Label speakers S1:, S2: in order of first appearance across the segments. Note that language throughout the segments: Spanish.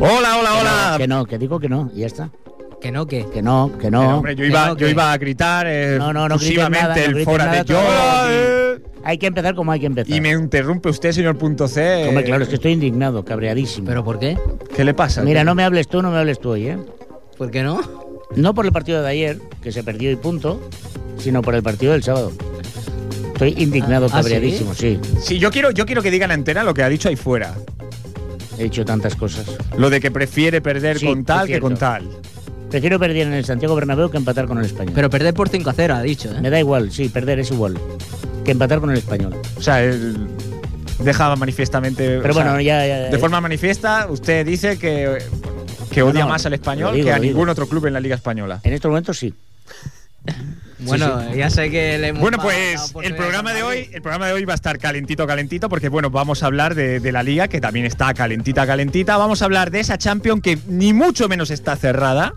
S1: Hola, hola, hola.
S2: Que no, que digo que no, y ya está.
S3: Que no, que.
S2: Que no, que no.
S1: Pero, hombre, yo iba,
S3: no,
S1: yo
S3: que-
S1: iba a gritar eh,
S2: No, no, no grites
S1: exclusivamente
S2: nada, no
S1: el
S2: grites
S1: fora
S2: nada
S1: de yo.
S2: todavía,
S1: eh,
S2: Hay que empezar como hay que empezar.
S1: Y me interrumpe usted, señor punto C. eh,
S2: Hombre, claro, es que estoy indignado, cabreadísimo.
S3: ¿Pero por qué?
S1: ¿Qué le pasa?
S2: Mira, no me hables tú, no me hables tú hoy, ¿eh?
S3: ¿Por qué no?
S2: No por el partido de ayer, que se perdió y punto, sino por el partido del sábado. Estoy indignado,
S3: Ah, ¿ah,
S2: cabreadísimo, sí?
S1: Sí, yo quiero, yo quiero que diga en antena lo que ha dicho ahí fuera.
S2: He hecho tantas cosas.
S1: Lo de que prefiere perder
S2: Sí,
S1: con
S2: es
S1: tal que
S2: cierto.
S1: con tal.
S2: Prefiero perder en el Santiago Bernabéu que empatar con el español.
S3: Pero perder por 5 a 0, ha dicho,
S2: Me
S3: ¿eh?
S2: da igual, sí, perder es igual. Que empatar con el español.
S1: O sea, él deja manifiestamente.
S2: Pero
S1: o sea,
S2: bueno, ya. ya-
S1: De forma manifiesta, usted dice que, que
S2: No,
S1: odia
S2: no,
S1: más al español
S2: lo digo,
S1: que a
S2: lo digo.
S1: ningún otro club en la Liga Española.
S2: En estos momentos sí.
S3: Bueno, ya sé que le hemos
S1: Bueno,
S3: pagado
S1: pues
S3: por
S1: el
S3: ser
S1: programa de
S3: Madrid.
S1: hoy, el programa de hoy va a estar calentito, calentito, porque bueno, vamos a hablar de, de la liga, que también está calentita, calentita. Vamos a hablar de esa Champions que ni mucho menos está cerrada.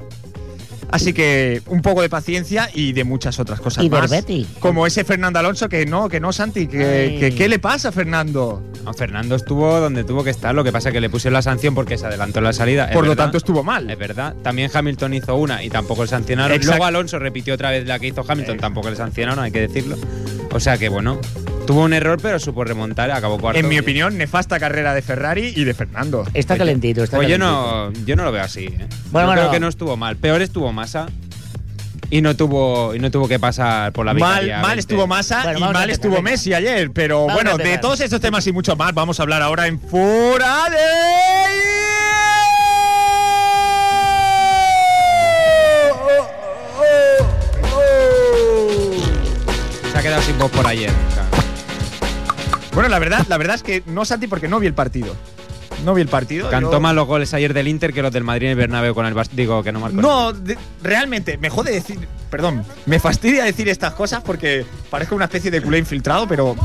S1: Así que un poco de paciencia y de muchas otras cosas
S2: Y del
S1: más.
S2: Betis.
S1: Como ese Fernando Alonso, que no, que no, Santi, que,
S2: Ay.
S1: que- ¿qué le pasa, Fernando?
S4: No, Fernando estuvo donde tuvo que estar, lo que pasa es que le pusieron la sanción porque se adelantó la salida. es
S1: Por lo
S4: verdad.
S1: tanto, estuvo mal.
S4: Es verdad. También Hamilton hizo una y tampoco le sancionaron.
S1: Exacto. Eh.
S4: Luego Alonso repitió otra vez la que hizo Hamilton, tampoco le sancionaron, hay que decirlo. O sea que bueno, tuvo un error pero supo remontar, acabó cuarto.
S1: En mi
S4: Oye,
S1: opinión, nefasta carrera de Ferrari y de Fernando.
S2: Está
S4: Oye,
S2: calentito, está
S4: Pues yo
S2: calentito.
S4: no, yo no lo veo así. ¿eh?
S2: Bueno,
S4: yo
S2: bueno.
S4: creo que no estuvo mal. Peor estuvo Massa y no tuvo y no tuvo que pasar por la
S1: Mal,
S4: vicaría
S1: mal
S4: 20.
S1: estuvo Massa
S2: Bueno,
S1: y
S2: vamos a
S1: mal
S2: empezar,
S1: estuvo
S2: venga.
S1: Messi ayer, pero
S2: Vamos a
S1: bueno, de
S2: empezar.
S1: todos estos temas y mucho más vamos a hablar ahora en Fora de
S4: Se ha quedado sin voz por ayer. o sea.
S1: Bueno, la verdad, la verdad es que no Santi porque no vi el partido. No vi el partido.
S4: Cantó
S1: yo-
S4: más los goles ayer del Inter que los del Madrid en el Bernabéu con el Bas- digo que no marcó. nada.
S1: No, de- realmente, me jode decir. Perdón, me fastidia decir estas cosas porque parezco una especie de culé infiltrado, pero.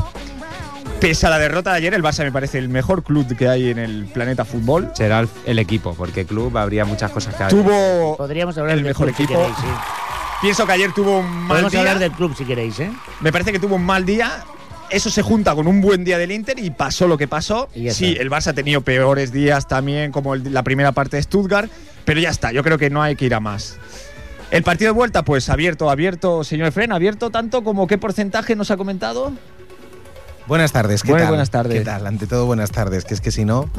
S1: Pese a la derrota de ayer, el Barça me parece el mejor club que hay en el planeta fútbol.
S4: será el, el equipo, porque club habría muchas cosas que hacer.
S1: Tuvo.
S2: Podríamos hablar
S1: el
S2: del
S1: mejor
S2: club si
S1: equipo.
S2: queréis, sí.
S1: Pienso que ayer tuvo un mal
S2: Podemos
S1: día.
S2: hablar del club si queréis, ¿eh?
S1: Me parece que tuvo un mal día. Eso se junta con un buen día del Inter y pasó lo que pasó.
S2: Y ya
S1: Sí,
S2: está.
S1: el Barça ha tenido peores días también, como el- la primera parte de Stuttgart, pero ya está, yo creo que no hay que ir a más. El partido de vuelta, pues abierto, abierto, señor Fren, abierto tanto como qué porcentaje nos ha comentado.
S5: Buenas tardes, ¿qué
S1: Buenas-
S5: tal?
S1: buenas tardes.
S5: ¿Qué tal? Ante todo, buenas tardes, que es que si no.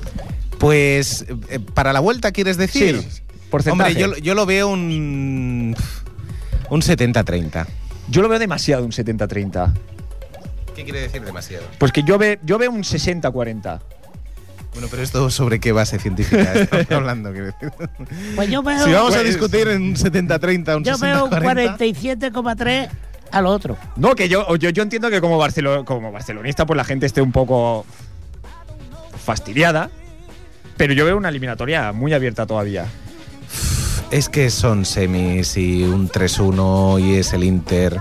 S5: Pues, eh, ¿para la vuelta quieres decir?
S1: porcentaje.
S5: Hombre, yo, lo- yo lo veo un. Un 70-30.
S1: Yo lo veo demasiado un 70-30.
S5: ¿Qué quiere decir demasiado?
S1: Pues que yo, ve, yo veo un 60-40.
S5: Bueno, pero esto sobre qué base científica estamos hablando. quiero decir.
S2: Pues yo veo,
S5: Si vamos a
S1: Pues-
S5: discutir en un 70-30, un
S2: yo veo
S5: 60-40.
S2: 47,3 a lo otro.
S1: No, que yo, yo, yo entiendo que como, barcelo- como barcelonista, pues la gente esté un poco fastidiada. Pero yo veo una eliminatoria muy abierta todavía.
S5: Es que son semis y un 3-1 y es el Inter.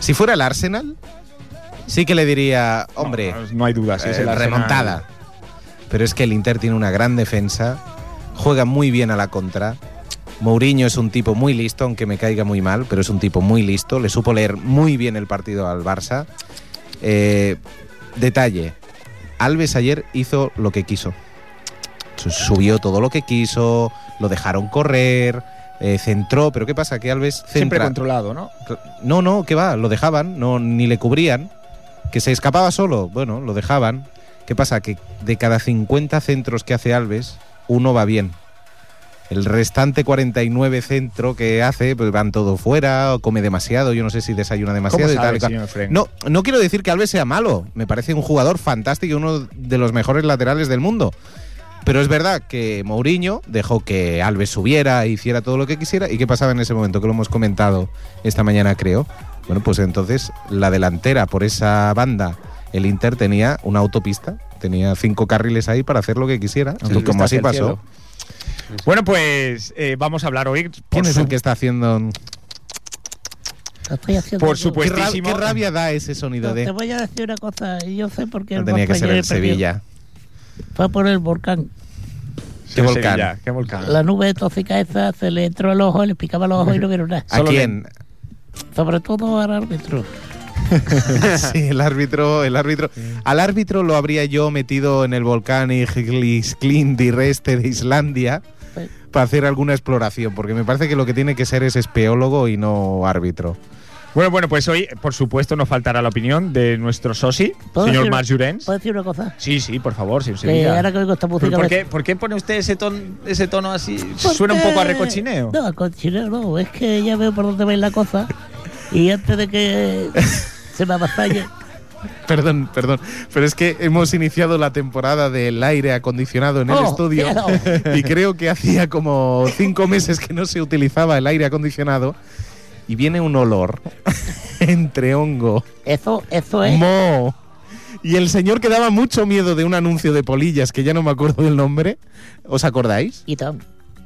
S5: Si fuera el Arsenal, sí que le diría, hombre,
S1: No, no hay dudas. es
S5: eh,
S1: el Arsenal.
S5: remontada. Pero es que el Inter tiene una gran defensa, juega muy bien a la contra. Mourinho es un tipo muy listo, aunque me caiga muy mal, pero es un tipo muy listo. Le supo leer muy bien el partido al Barça. Eh, detalle, Alves ayer hizo lo que quiso. Su- Subió todo lo que quiso, lo dejaron correr, eh, centró, pero ¿qué pasa? Que Alves
S1: Siempre
S5: centra-
S1: controlado, ¿no?
S5: no, no, que va, lo dejaban, no, ni le cubrían. Que se escapaba solo, bueno, lo dejaban. ¿Qué pasa? Que de cada 50 centros que hace Alves, uno va bien. El restante 49 centro que hace, pues van todo fuera, o come demasiado, yo no sé si desayuna demasiado
S1: ¿Cómo
S5: y tal,
S1: sabe,
S5: y cual.
S1: señor Fren?
S5: No, no quiero decir que Alves sea malo, me parece un jugador fantástico y uno de los mejores laterales del mundo. Pero es verdad que Mourinho dejó que Alves subiera, hiciera todo lo que quisiera. ¿Y qué pasaba en ese momento? Que lo hemos comentado esta mañana, creo. Bueno, pues entonces la delantera por esa banda, el Inter tenía una autopista, tenía cinco carriles ahí para hacer lo que quisiera.
S1: Sí,
S5: y como
S1: está hacia
S5: así
S1: el
S5: pasó,
S1: cielo. Bueno, pues eh, vamos a hablar hoy. Por,
S5: ¿quién es
S1: su-
S5: el que está haciendo.?
S2: Lo estoy haciendo
S1: por
S2: yo.
S5: ¿Qué, ra-
S1: supuestísimo.
S5: qué rabia da ese sonido
S2: Te
S5: de.?
S2: voy a decir una cosa, y yo sé por qué
S5: No
S2: el
S5: tenía que
S2: Barça
S5: ser
S2: ayer
S5: el
S2: perdió.
S5: Sevilla.
S2: Fue por el volcán.
S1: Sí,
S5: qué volcán.
S1: Sevilla, qué volcán.
S2: La nube tóxica esa se le entró al ojo, le picaba los ojos y no vieron nada.
S5: ¿A
S1: Solo le-
S5: quién?
S2: Sobre todo al árbitro.
S5: Sí, el árbitro, el árbitro. Al árbitro lo habría yo metido en el volcán y Higlisklind y Reste de Islandia,
S2: Sí.
S5: para hacer alguna exploración, porque me parece que lo que tiene que ser es espeólogo y no árbitro.
S1: Bueno, bueno, pues hoy, por supuesto, nos faltará la opinión de nuestro soci,
S2: ¿Puedo
S1: señor
S2: decir-
S1: Marc Llorens.
S2: ¿Puedo decir una cosa?
S1: Sí, sí, por favor, sin
S2: Que
S1: seguida.
S2: ahora que oigo esta
S1: ¿Pero
S2: música...
S1: ¿Por
S2: me-
S1: qué, por qué pone usted ese, ton- ese tono así?
S2: Porque-
S1: Suena un poco a recochineo.
S2: No, a cochineo no, es que ya veo por dónde va a ir la cosa. Y antes de que se me avasalle,
S5: Perdón, perdón, pero es que hemos iniciado la temporada del aire acondicionado en el
S2: Oh,
S5: estudio
S2: claro.
S5: y creo que hacía como cinco meses que no se utilizaba el aire acondicionado y viene un olor entre hongo,
S2: eso, eso es.
S5: moho y el señor que daba mucho miedo de un anuncio de polillas que ya no me acuerdo del nombre, ¿os acordáis?
S2: Y Tom.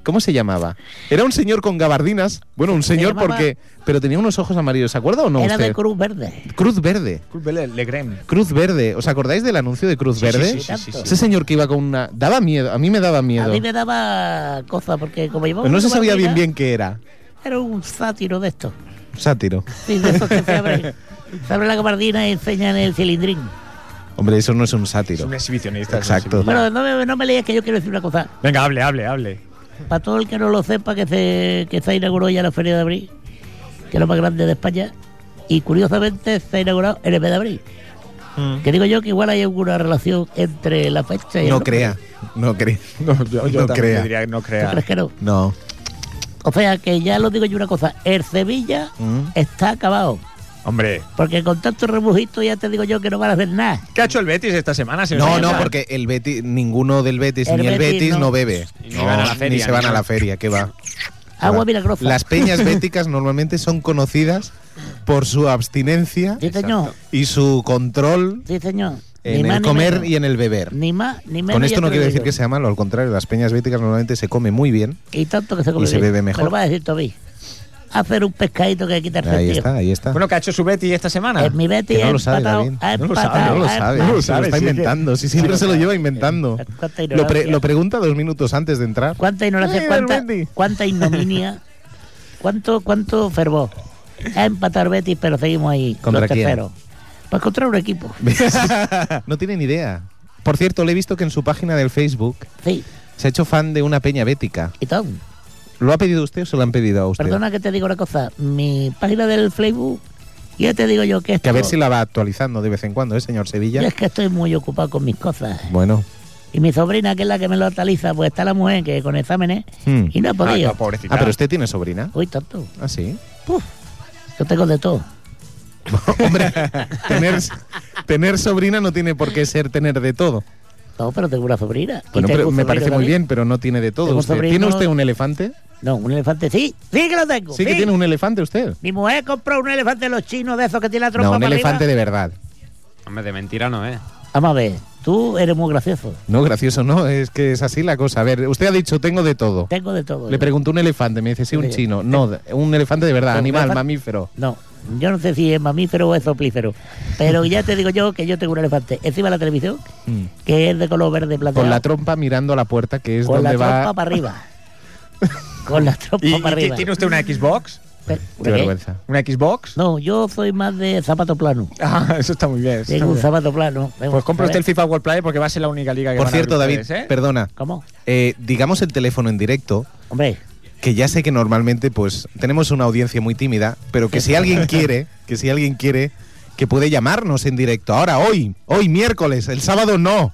S5: ¿Cómo se llamaba? Era un señor con gabardinas, bueno, un señor
S2: llamaba-
S5: porque, pero tenía unos ojos amarillos, ¿se acuerda o no
S2: Era de
S5: usted?
S2: Cruz Verde.
S5: Cruz Verde.
S1: Le, le Grem.
S5: Cruz Verde, ¿os acordáis del anuncio de Cruz Verde?
S2: sí, sí, sí, sí.
S5: Ese señor que iba con una. Daba miedo, a mí me daba
S2: A
S5: miedo.
S2: mí me daba cosa, porque como llevaba.
S5: Pero no
S2: una
S5: se sabía bien
S2: gabardina,
S5: bien qué era.
S2: Era un sátiro de estos.
S5: Sátiro.
S2: Sí, de esos que se abren. se abre la gabardina y enseñan el cilindrín.
S5: Hombre, eso no es un
S1: Es
S5: sátiro.
S1: un exhibicionista. es un
S5: Exacto.
S1: exhibicionista.
S2: Bueno, no me, no me leas que yo quiero decir una cosa.
S1: Venga, hable, hable, hable.
S2: Para todo el que no lo sepa, que se, que se inauguró ya la Feria de Abril, que es la más grande de España, y curiosamente se ha inaugurado en el mes de abril. Que digo yo que igual hay alguna relación entre la fecha y el
S5: Mm. No
S2: nombre.
S5: crea. No crea.
S1: No,
S5: yo también
S1: crea.
S5: diría
S1: no
S2: ¿Tú
S1: crea.
S2: crees que no?
S5: No.
S2: O sea, que ya lo digo yo una cosa. El Sevilla
S5: Mm.
S2: está acabado.
S1: Hombre,
S2: Porque con tanto rebujito ya te digo yo que no van a hacer nada.
S1: ¿qué ha hecho el Betis esta semana? señor
S5: No,
S1: Villarreal?
S5: no, porque el Betis, ninguno del Betis
S2: El
S5: ni el
S2: Betis
S5: Betis,
S2: no.
S5: no, bebe.
S4: Ni van a la feria,
S5: ni se
S4: ni
S5: van a
S4: nada.
S5: la feria, que va.
S2: Agua
S5: Va.
S2: milagrosa.
S5: Las peñas béticas normalmente son conocidas por su abstinencia
S2: Sí, señor.
S5: y su control
S2: Sí, señor.
S5: en el
S2: ni
S5: comer
S2: menos.
S5: y en el beber.
S2: Ni más, ni menos.
S5: Con
S2: ya
S5: esto no
S2: te lo
S5: quiero decir
S2: digo.
S5: que sea malo, al contrario, las peñas béticas normalmente se come muy bien.
S2: Y tanto que se come
S5: Y se
S2: bien.
S5: bebe mejor.
S2: Me lo va a decir Tobí. Hacer un pescadito que quitarse
S5: Ahí
S2: el tío.
S5: está, ahí está.
S1: Bueno, ¿qué ha hecho su Betis esta semana?
S2: En mi Betty
S5: que no
S2: ha
S5: lo sabe,
S2: empatado.
S5: David.
S2: ha
S5: No lo
S2: empatado,
S5: sabe, no lo
S2: ha empatado.
S5: sabe.
S1: lo
S5: se lo
S1: sabe,
S5: está
S1: sí, es que-
S5: inventando. Sí, siempre se lo lleva inventando.
S2: eh, Cuánta
S5: Lo, pre-
S2: ignorancia.
S5: lo pregunta dos minutos antes de entrar.
S2: Cuánta ignorancia,
S5: Ay,
S2: cuánta,
S5: Bermendi.
S2: cuánta ignominia, cuánto, cuánto fervor. Ha empatado el Betis, pero seguimos ahí.
S5: ¿Contra
S2: los
S5: quién?
S2: terceros. Pues contra un equipo.
S5: no tiene ni idea. Por cierto, le he visto que en su página del Facebook
S2: Sí,
S5: se ha hecho fan de una peña bética.
S2: y todo.
S5: ¿Lo ha pedido usted o se lo han pedido a usted?
S2: Perdona que te digo una cosa. Mi página del Facebook, ya te digo yo que esto,
S5: Que a ver si la va actualizando de vez en cuando, ¿eh, señor Sevilla?
S2: yo es que estoy muy ocupado con mis cosas.
S5: Bueno.
S2: Y mi sobrina, que es la que me lo actualiza, pues está la mujer que con exámenes
S5: Hmm.
S2: y no ha
S1: Ah,
S2: podido.
S1: no, pobrecita.
S5: Ah, pero usted tiene sobrina.
S2: Uy, tanto.
S5: Ah, sí.
S2: Yo tengo de todo.
S5: Hombre, tener, tener sobrina no tiene por qué ser tener de todo.
S2: No, pero tengo una sobrina. Y
S5: Bueno,
S2: tengo
S5: pero
S2: un
S5: Pues me
S2: sobrino
S5: parece muy
S2: también.
S5: bien, pero no tiene de todo.
S2: Tengo
S5: usted.
S2: sobrinos-
S5: ¿Tiene usted un elefante?
S2: No, un elefante sí. Sí que lo tengo.
S5: Sí, que tiene un elefante usted.
S2: Mi mujer compró un elefante de los chinos de esos que tiene la trompa
S5: No, un
S2: para
S5: elefante
S2: arriba.
S5: de verdad.
S4: Hombre, de mentira no es.
S2: Vamos a ver, tú eres muy gracioso.
S5: No, gracioso, no, es que es así la cosa. A ver, usted ha dicho, tengo de todo.
S2: Tengo de todo.
S5: Le pregunto un elefante, me dice, sí, un
S2: Oye,
S5: chino. No, de- un elefante de verdad,
S2: No, un
S5: animal,
S2: elefante-
S5: mamífero.
S2: No, yo no sé si es mamífero o es soplífero. Pero ya te digo yo que yo tengo un elefante encima de la televisión,
S5: Mm.
S2: que es de color verde plateado.
S5: Con la trompa mirando a la puerta, que es
S2: con la
S5: donde
S2: trompa
S5: va...
S2: para arriba. con la trompa
S1: ¿Y, y
S2: para
S1: ti-
S2: arriba.
S1: tiene usted una Xbox?
S2: Pero,
S5: Qué
S2: ¿qué?
S5: vergüenza.
S1: ¿Una Xbox?
S2: No, yo soy más de zapato plano.
S1: Ah, eso está muy bien. eso está
S2: Tengo
S1: muy bien.
S2: un zapato plano.
S1: Pues compra usted el
S2: ¿Sabes?
S1: FIFA World Player porque va a ser la única liga que
S5: Por
S1: van a abrir
S5: cierto, David,
S1: ustedes, ¿eh?
S5: perdona,
S2: ¿Cómo?
S5: eh, digamos el teléfono en directo,
S2: Hombre,
S5: que ya sé que normalmente pues tenemos una audiencia muy tímida, pero que si alguien quiere, que si alguien quiere, que puede llamarnos en directo. Ahora, hoy, hoy miércoles, el sábado no.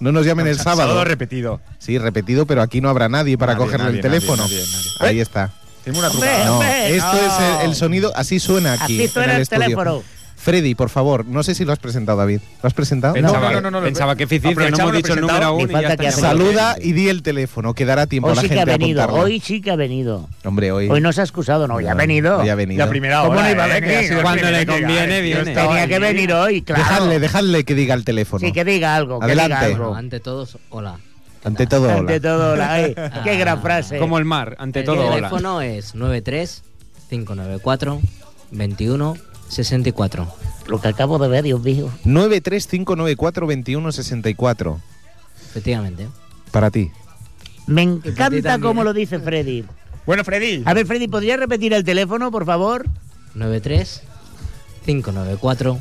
S5: No nos llamen el sábado.
S1: repetido.
S5: Sí, repetido, pero aquí no habrá nadie para
S1: Nadie,
S5: cogerle
S1: nadie,
S5: el
S1: nadie,
S5: teléfono.
S1: nadie, nadie.
S2: ¿Eh?
S5: Ahí está.
S1: Tengo una
S2: Hombre,
S1: trucada.
S5: No,
S2: hombre,
S5: esto
S2: no.
S5: es el, el sonido, así suena aquí.
S2: así
S5: en
S2: suena el,
S5: estudio.
S2: teléfono.
S5: Freddy, por favor, no sé si lo has presentado, David. ¿Lo has presentado?
S1: No,
S4: Pensaba,
S1: no, no, no, no.
S4: pensaba que eficiencia, no
S1: Aprovechamos
S4: hemos
S1: lo
S4: dicho el
S1: presentado.
S4: número uno
S2: Ni
S4: y ya
S2: falta
S4: está.
S2: que hace-
S5: Saluda y di el teléfono, que dará tiempo
S2: Hoy
S5: a la
S2: sí que
S5: gente
S2: ha venido,
S5: a apuntarlo.
S2: hoy sí que ha venido.
S5: Hombre, hoy.
S2: Hoy no se ha excusado, no, ya ha venido.
S5: Hoy ha venido.
S1: La primera
S2: ¿Cómo
S1: hora.
S2: no iba a
S1: ¿eh?
S2: venir?
S1: Que ha sido
S4: Cuando
S1: el
S4: le
S1: primer
S4: conviene,
S1: día, ¿eh?
S4: viene.
S1: Yo estaba
S2: Tenía
S1: ahí.
S2: que venir hoy, claro.
S5: Dejadle, dejadle que diga el teléfono.
S2: Sí, que diga algo, que diga
S5: Adelante.
S2: algo.
S3: Ante todos, hola.
S5: Ante todo, hola.
S2: Ante todo, hola. Ay, qué gran frase.
S4: Como el mar, ante todo,
S2: El
S3: El
S4: hola.
S3: teléfono es 93 594 21 64.
S2: Lo que acabo de ver, Dios mío.
S5: 935942164.
S3: Efectivamente.
S5: Para ti.
S2: Me
S3: para ti
S2: encanta
S3: también.
S2: cómo lo dice Freddy.
S1: Bueno, Freddy.
S2: A ver, Freddy, ¿podría repetir el teléfono, por favor?
S3: 93 594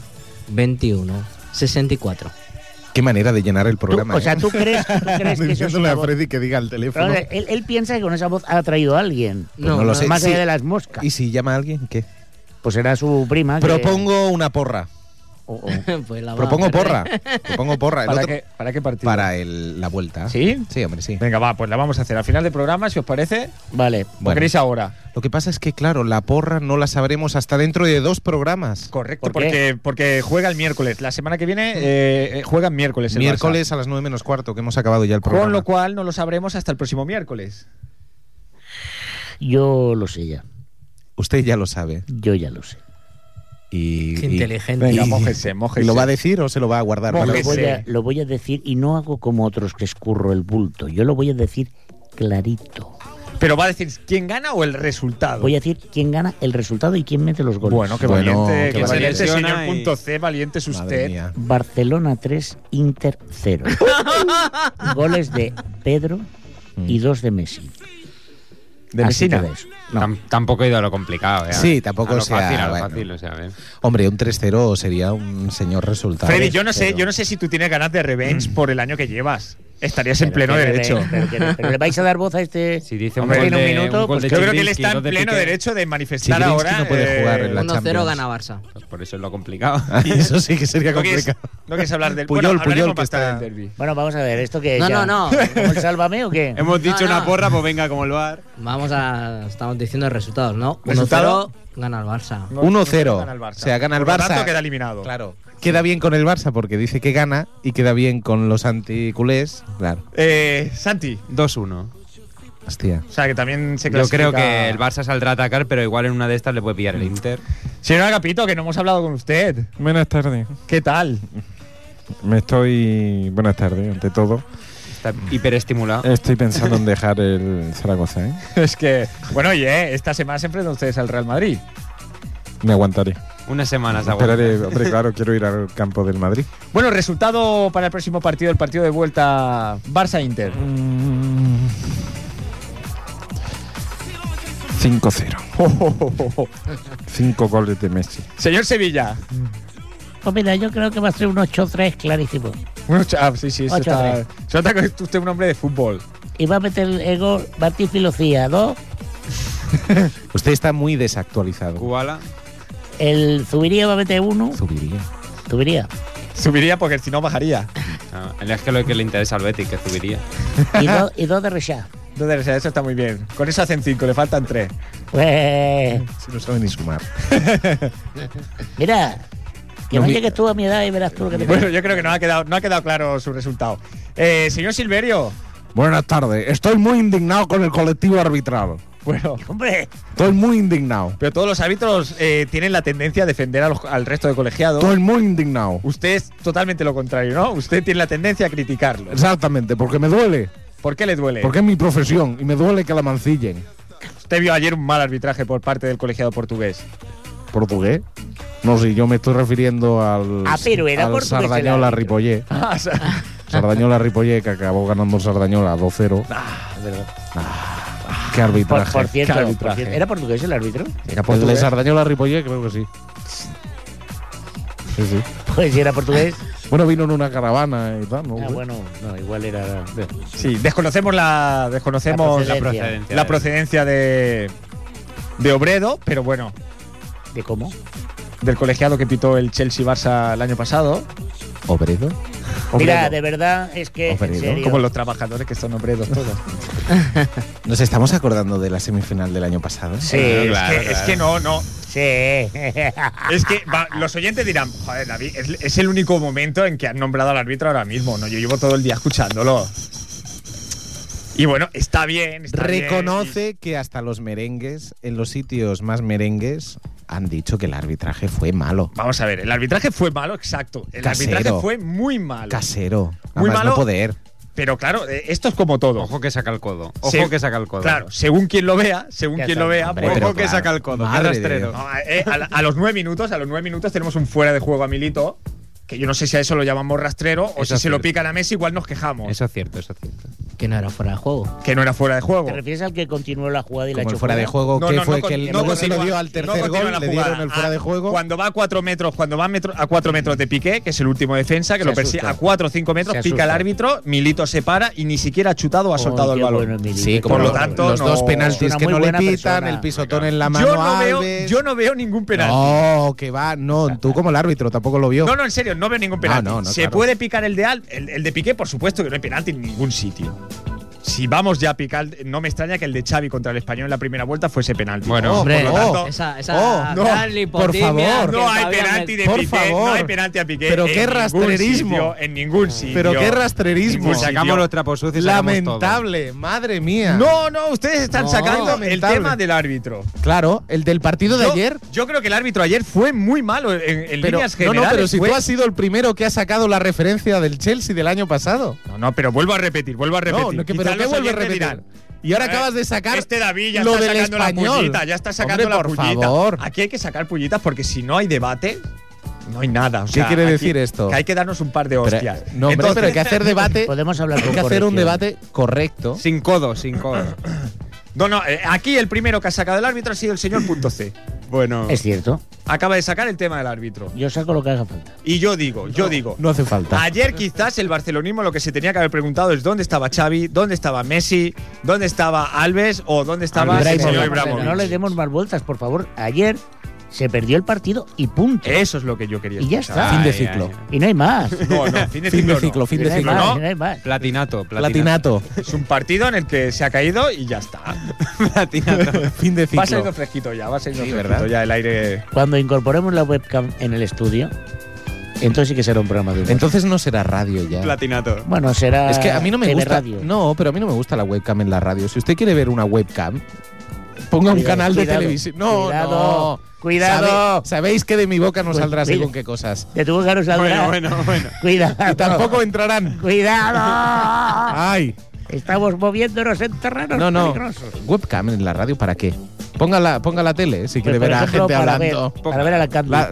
S3: 21 64.
S5: Qué manera de llenar el programa.
S2: o sea,
S5: ¿eh?
S2: tú crees, tú crees que eso es
S6: Diciéndole
S2: una
S6: a
S2: voz-
S6: Freddy que diga el teléfono.
S2: Pero él, él piensa que con esa voz ha atraído a alguien.
S5: Pues no lo sé.
S2: Más
S5: Sí.
S2: allá de las moscas.
S5: ¿Y si llama a alguien? ¿Qué?
S2: Pues era su prima. que- Oh,
S5: Propongo una porra.
S2: o- o-
S3: Pues la va a
S5: Propongo
S3: perder.
S5: porra. Propongo porra. El
S1: ¿Para,
S5: otro-
S1: qué, ¿Para qué partido?
S5: para el- la vuelta.
S1: ¿Sí?
S5: Sí, hombre, sí.
S1: Venga, va, pues la vamos a hacer al final del programa, si os parece.
S2: Vale.
S1: ¿O
S5: Bueno.
S1: queréis ahora?
S5: Lo que pasa es que, claro, la porra no la sabremos hasta dentro de dos programas.
S1: Correcto,
S2: ¿Por qué?
S1: porque, porque juega el miércoles. La semana que viene eh, eh, juega miércoles. el
S5: Miércoles a las nueve menos cuarto, que hemos acabado ya el
S1: Barça.
S5: programa.
S1: Con lo cual no lo sabremos hasta el próximo miércoles.
S2: Yo lo sé ya.
S5: Usted ya lo sabe.
S2: Yo ya lo sé.
S5: Y,
S3: Qué
S5: y-
S3: inteligente.
S1: Venga,
S5: y-
S1: mójese, mójese.
S5: ¿Lo va a decir o se lo va a guardar? para
S2: Lo
S1: Mójese.
S5: luego?
S2: voy, a, lo voy a decir y no hago como otros que escurro el bulto. Yo lo voy a decir clarito.
S1: Pero va a decir quién gana o el resultado.
S2: Voy a decir quién gana el resultado y quién mete los goles.
S1: Bueno, qué
S5: Bueno,
S1: valiente,
S5: qué
S1: qué
S4: valiente.
S1: valiente, señor
S4: Selecciona y-
S1: punto C, valiente es
S5: Madre
S1: usted.
S5: mía.
S2: Barcelona 3, Inter 0. Goles de Pedro
S4: Mm.
S2: y dos de Messi.
S1: De
S2: Así
S1: Messina.
S2: queda eso.
S4: Tam- tampoco he ido a lo complicado, ¿eh?
S5: Sí, tampoco
S4: a lo
S5: sea,
S4: fácil, a lo
S5: bueno.
S4: fácil, o sea, a ver.
S5: Hombre, un 3-0 sería un señor resultado.
S1: Freddy, yo no sé,
S5: Pero-
S1: yo no sé si tú tienes ganas de revenge por el año que llevas. Estarías en pleno
S2: Pero que le-
S1: derecho.
S2: pero que le- pero le vais a dar voz a este.
S4: Si dice un
S1: Hombre,
S4: gol
S1: en un
S4: de-
S2: minuto,
S4: un gol
S2: pues
S4: de
S1: Yo creo que él
S4: Chigrinsky,
S1: está
S4: dos
S1: en
S4: de
S1: pleno
S4: Piqué,
S1: derecho de manifestar
S5: Chigrinsky
S1: ahora. eh,
S5: no puede jugar en la
S3: 1-0
S5: Champions.
S3: gana Barça.
S4: pues por eso es lo complicado.
S5: Y eso sí que sería
S1: No quieres,
S5: complicado.
S1: no quieres hablar del
S5: Puyol,
S1: bueno, hablaremos
S5: Puyol, que
S1: más tarde
S5: está-
S1: del derbi.
S2: Bueno, vamos a ver, ¿esto que
S3: No, no, no.
S2: ¿El sálvame o qué?
S4: Hemos dicho
S3: No,
S4: una
S3: no.
S4: porra, pues venga como el bar.
S3: Vamos a. Estamos diciendo resultados, ¿no?
S1: ¿Resultado?
S3: 1-0 gana el Barça.
S1: No,
S5: 1-0.
S1: no gana el Barça.
S5: O sea, gana el
S1: Por lo
S5: Barça.
S1: tanto, queda eliminado.
S5: Claro. Queda bien con el Barça porque dice que gana y queda bien con los anticulés. Claro.
S1: Eh, Santi,
S4: 2-1.
S5: Hostia.
S1: o sea, que también se
S4: Yo
S1: clasifica...
S4: creo que el Barça saldrá a atacar, pero igual en una de estas le puede pillar el Inter.
S1: Señor Agapito, que no hemos hablado con usted.
S7: Buenas tardes.
S1: ¿Qué tal?
S7: Me estoy. Buenas tardes, ante todo.
S4: Está
S8: Eh.
S4: hiperestimulado.
S7: Estoy pensando en dejar el Zaragoza, ¿eh?
S1: es que... Bueno, oye, esta semana se enfrentan ustedes al Real Madrid.
S7: Me aguantaré.
S4: Unas semanas aguanta.
S7: Esperaré, hombre, claro, quiero ir al campo del Madrid.
S1: Bueno, resultado para el próximo partido, el partido de vuelta Barça-Inter.
S7: 5-0.
S1: Oh,
S7: Cinco goles de Messi.
S1: Señor Sevilla.
S2: Pues mira, yo creo que va a ser un 8-3 clarísimo.
S1: Bueno, ch- ah, sí, sí, eso
S2: Ocho
S1: está...
S2: tres.
S1: Se nota que es usted es un hombre de fútbol.
S2: Y va a meter el gol Martín Filocía, 2,
S5: Usted está muy desactualizado.
S4: Kubala.
S2: el Zubiría va a meter 1,
S5: Subiría.
S2: Zubiría.
S1: Subiría porque si no bajaría.
S4: Ah, es que lo que le interesa al Betis, que subiría.
S2: Y 2 y dos de Rechá.
S1: Entonces, o sea, eso está muy bien. Con eso hacen cinco, le faltan tres.
S2: Pues,
S5: Si no sabe ni sumar.
S2: mira, que
S5: No,
S2: no,
S5: mi-
S2: llegues tú a mi edad y verás tú lo que te
S1: Bueno, yo creo que no ha quedado, no ha quedado claro su resultado. Eh, señor Silverio.
S6: Buenas tardes. Estoy muy indignado con el colectivo arbitral.
S1: Bueno,
S2: Hombre,
S6: Estoy muy indignado.
S1: pero todos los árbitros eh, tienen la tendencia a defender a los- al resto de colegiados.
S6: Estoy muy indignado.
S1: Usted es totalmente lo contrario, ¿no? Usted tiene la tendencia a criticarlo.
S6: Exactamente, porque me duele.
S1: ¿Por qué le duele?
S6: Porque es mi profesión y me duele que la mancillen.
S1: Usted vio ayer un mal arbitraje por parte del colegiado portugués.
S6: ¿Portugués? No, si yo me estoy refiriendo al.
S2: Ah, pero era
S6: al
S2: portugués el
S6: Sardañola
S2: árbitro.
S6: Ripollé.
S1: Ah, o sea,
S6: Sardañola Ripollé, que acabó ganando el Sardañola 2-0. Qué
S2: por,
S6: arbitraje.
S2: Ah, por cierto,
S1: qué
S2: por
S1: arbitraje.
S2: cierto, ¿era portugués el árbitro?
S6: el de Sardañola Ripollé, creo que sí. Sí, sí.
S2: Pues si era portugués.
S5: Ah,
S6: Bueno, vino en una caravana y tal, ¿no?
S2: Ah, bueno, no, igual era.
S1: sí, desconocemos la desconocemos
S2: La
S1: la,
S2: procedencia.
S1: pro- la procedencia de de Obredo, pero bueno,
S2: ¿De cómo?
S1: del colegiado que pitó el Chelsea Barça el año pasado,
S5: ¿Obredo?
S2: Mira, de verdad es que. en
S5: Oferido,
S2: serio.
S1: como los trabajadores que son obreros todos.
S5: Nos estamos acordando de la semifinal del año pasado.
S2: Sí,
S1: es, que, es que no, no.
S2: sí.
S1: Es que va- los oyentes dirán, joder, David, es, es el único momento en que han nombrado al árbitro ahora mismo. No, yo llevo todo el día escuchándolo. Y bueno, está bien. está bien,
S5: Reconoce que hasta los merengues, en los sitios más merengues, han dicho que el arbitraje fue malo.
S1: y- Vamos a ver, el arbitraje fue malo, exacto. El
S5: Casero.
S1: arbitraje fue muy malo.
S5: Casero. A
S1: Muy
S5: más
S1: malo.
S5: no poder.
S1: Pero claro, eh, esto es como todo.
S4: Ojo que saca el codo. Ojo
S1: Se-
S4: que saca el codo.
S1: Claro, según quien lo vea, según
S2: Ya
S1: quien
S2: está,
S1: lo vea,
S5: hombre,
S1: pues,
S5: pero
S4: Ojo que
S5: claro.
S4: saca el codo. Qué
S5: Madre de
S4: rastrero.
S5: Dios.
S1: No, eh, a, la- a los nueve minutos, a los nueve minutos tenemos un fuera de juego a Milito, que yo no sé si a eso lo llamamos rastrero o
S4: Eso
S1: si
S4: es
S1: se lo
S4: cierto.
S1: pican a Messi, igual nos quejamos.
S4: Eso es cierto, eso es cierto.
S3: que no era fuera de juego.
S1: Que no era fuera de juego.
S2: ¿Te refieres al que continuó la jugada y la
S5: Como el
S2: echó
S5: fuera de juego,
S1: No,
S5: que
S1: no, no
S5: fue
S1: con-
S5: que el-
S1: no
S5: luego se lo
S1: continúa-
S5: dio al tercer
S1: no
S5: gol,
S1: continúa la
S5: le dieron
S1: jugada. Ah,
S5: el fuera de juego.
S1: Cuando va a cuatro metros, cuando va a, metro- a cuatro metros de Piqué, que es el último defensa, que
S3: Se
S1: lo persigue
S3: asusta.
S1: a cuatro o cinco metros,
S3: Se
S1: pica el
S3: asusta.
S1: árbitro, Milito se para y ni siquiera ha chutado o ha
S2: Oh,
S1: soltado el
S2: qué
S1: balón.
S2: bueno, Emilio.
S5: Sí,
S2: Qué
S5: como
S1: Por
S5: lo
S1: lo
S2: bueno.
S1: tanto,
S5: los dos
S1: no-
S5: penaltis
S2: Suena
S5: que
S2: muy
S5: no le
S2: buena
S5: pitan,
S2: persona.
S5: el pisotón en la mano
S1: yo, no veo,
S5: Alves.
S1: yo no veo ningún penalti.
S5: No, que va, no, tú como el árbitro tampoco lo vio.
S1: No, no, en serio, no veo ningún penalti.
S5: Ah, No, no, no,
S1: Se
S5: claro.
S1: puede picar el de Al, el, el de Piqué, por supuesto que no hay penalti en ningún sitio. Si vamos ya a picar, no me extraña que el de Xavi contra el español en la primera vuelta fuese penalti.
S4: Bueno,
S1: por
S4: hombre,
S1: lo
S4: oh,
S1: tanto,
S3: esa, esa
S5: oh, no,
S3: gran
S5: por
S3: hipotimia
S5: favor.
S3: que
S1: no hay
S3: todavía
S1: penalti
S3: me-
S1: de
S5: Por
S1: Piqué,
S5: favor.
S1: no hay penalti a Piqué.
S5: Pero
S1: en
S5: qué
S1: ningún
S5: rastrerismo.
S1: sitio, en ningún sitio.
S5: Pero qué
S1: Ningún
S5: rastrerismo.
S1: sitio.
S4: Sacamos los trapos sucios. y sacamos todo.
S5: Lamentable, madre mía.
S1: No, no, ustedes están
S5: No,
S1: sacando el
S5: lamentable.
S1: tema del árbitro.
S5: Claro, el del partido de
S1: Yo-
S5: ayer.
S1: Yo creo que el árbitro ayer fue muy malo en, en
S5: Pero,
S1: líneas
S5: no,
S1: generales.
S5: no, pero si
S1: fue-
S5: tú has sido el primero que ha sacado la referencia del Chelsea del año pasado.
S1: No, no, pero vuelvo a repetir, vuelvo a repetir.
S5: No, no, que-
S1: Quizá
S5: pero ¿qué
S1: los
S5: vuelve a
S1: oyentes
S5: repetir?
S1: dirán,
S5: Y ahora
S1: "Eh,
S5: acabas de sacar
S1: Este David ya
S5: lo
S1: está
S5: del
S1: sacando la
S5: español.
S1: pullita, ya está sacando
S5: Hombre,
S1: la
S5: por
S1: pullita.
S5: favor.
S1: Aquí hay que sacar pullitas porque si no hay debate, no hay nada. O
S5: ¿Qué
S1: sea,
S5: quiere
S1: aquí-
S5: decir esto?
S1: Que hay que darnos un par de
S5: Pero-
S1: hostias.
S5: no, hombre, pero hay que hacer debate.
S2: Podemos hablar
S5: Hay
S2: con
S5: que hacer
S2: corrección.
S5: un debate correcto.
S4: Sin codo, sin codo.
S1: No, no, eh, aquí el primero que ha sacado el árbitro ha sido el señor punto C.
S4: Bueno.
S2: Es cierto.
S1: Acaba de sacar el tema del árbitro.
S2: Yo saco lo que haga falta.
S1: Y yo digo, yo digo,
S5: No hace falta.
S1: Ayer quizás el barcelonismo lo que se tenía que haber preguntado es dónde estaba Xavi, dónde estaba Messi, dónde estaba Alves o dónde estaba el
S5: Ibrahimovic.
S1: señor
S2: Pero No le
S1: Ibrahimovic.
S2: demos más vueltas, por favor. Ayer se perdió el partido y punto.
S1: Eso es lo que yo quería
S2: Y ya
S1: escuchar.
S2: está.
S5: fin de
S4: Ay,
S5: ciclo.
S4: ay, ay.
S2: Y no hay más.
S1: No, no, fin de
S5: Fin
S1: ciclo.
S5: de
S1: no.
S5: ciclo, fin
S2: Y
S5: de
S2: no hay
S5: ciclo.
S2: más,
S1: ¿no?
S2: y no hay más.
S4: Platinato, platinato.
S5: Platinato.
S1: Es un partido en el que se ha caído y ya está.
S4: platinato.
S5: Fin de
S1: Va saliendo
S5: ciclo.
S1: fresquito ya, va saliendo
S5: Sí,
S1: fresquito
S5: ¿verdad?
S1: ya el aire.
S2: Cuando incorporemos la webcam en el estudio, entonces sí que será un programa de humor.
S5: Entonces no será radio ya.
S4: platinato.
S2: Bueno, será
S5: Es que a mí no me
S2: TV
S5: gusta.
S2: Radio.
S5: No, pero a mí no me gusta la webcam en la radio. Si usted quiere ver una webcam, ponga un
S2: Cuidado,
S5: canal de
S2: cuidado,
S5: televisión. No,
S2: cuidado,
S5: no.
S2: cuidado.
S5: Sabe- sabéis que de mi boca no
S2: Pues,
S5: saldrá
S2: mira.
S5: según qué cosas.
S2: De tu boca no saldrá.
S4: Bueno, bueno, bueno.
S2: Cuidado.
S5: Y tampoco entrarán.
S2: Cuidado.
S5: Ay.
S2: Estamos moviéndonos en terrenos
S5: No, no.
S2: peligrosos.
S5: Webcam en la radio, ¿para qué? Ponga la, ponga la tele si quiere
S2: Pues, por
S5: ver a
S2: ejemplo,
S5: gente
S2: para
S5: hablando.
S2: Ver, para ver a la Candy.
S5: La,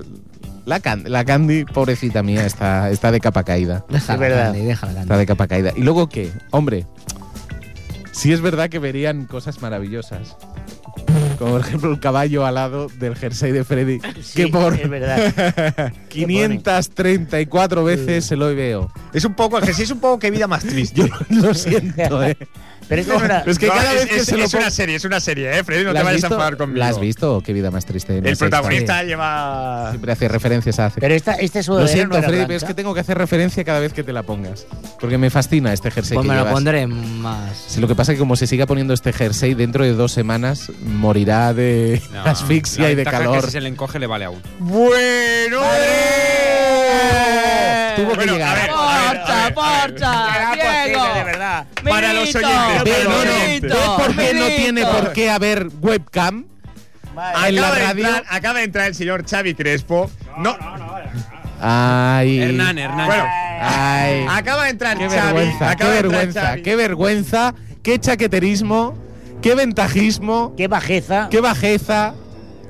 S5: la, Can- la Candy, pobrecita mía, está, está de capa caída.
S3: Déjala,
S2: Es verdad.
S3: Gandhi, déjala, Gandhi.
S5: Está de capa caída. ¿Y luego qué? Hombre, sí es verdad que verían cosas maravillosas. Como por ejemplo el caballo alado del jersey de Freddy,
S2: Sí,
S5: que por
S2: Es verdad.
S5: 534 veces se lo veo.
S1: Es un poco, el es un poco que vida más triste.
S5: Yo lo siento, ¿eh?
S2: Pero esto no era.
S5: Es que
S1: No,
S5: cada
S1: es,
S5: vez que
S1: es-
S5: se lo
S1: es una
S5: pongo-
S1: serie, es una serie, eh, Freddy, no te
S5: ¿La has
S1: vayas a
S5: visto?
S1: enfadar conmigo.
S5: ¿La has visto? Oh, Qué vida más triste. en
S1: El
S5: esa historia.
S1: protagonista lleva.
S5: Siempre hace referencias a...
S2: Pero esta, este
S5: Lo
S2: sudadera no
S5: siento,
S2: era
S5: Freddy, pero es
S2: blanca.
S5: que tengo que hacer referencia cada vez que te la pongas. Porque me fascina este jersey
S3: Pues
S5: que
S3: me lo
S5: llevas.
S3: pondré más.
S5: Sí, lo que pasa es que como se siga poniendo este jersey, dentro de dos semanas morirá de
S4: No,
S5: asfixia
S4: la
S5: y de
S4: ventaja es
S5: calor.
S4: que si se le encoge, le vale aún.
S1: Bueno.
S5: Tuvo que
S1: Bueno,
S5: llegar.
S1: a ver, a ver, a ver, a ver.
S3: Diego.
S1: Para los oyentes,
S5: Ve,
S1: para los
S5: no, no.
S1: oyentes.
S5: ¿Ves por qué no tiene por qué haber webcam? En la
S1: Acaba de,
S5: radio.
S1: entrar, acaba de entrar el señor Xavi Crespo. No,
S5: Ay.
S4: Hernán, Hernán.
S5: Ay.
S1: acaba de entrar
S5: Qué
S1: Xavi.
S5: vergüenza, qué
S1: acaba de entrar
S5: vergüenza,
S1: Xavi.
S5: qué vergüenza, qué chaqueterismo, qué ventajismo,
S2: Qué bajeza.
S5: qué bajeza.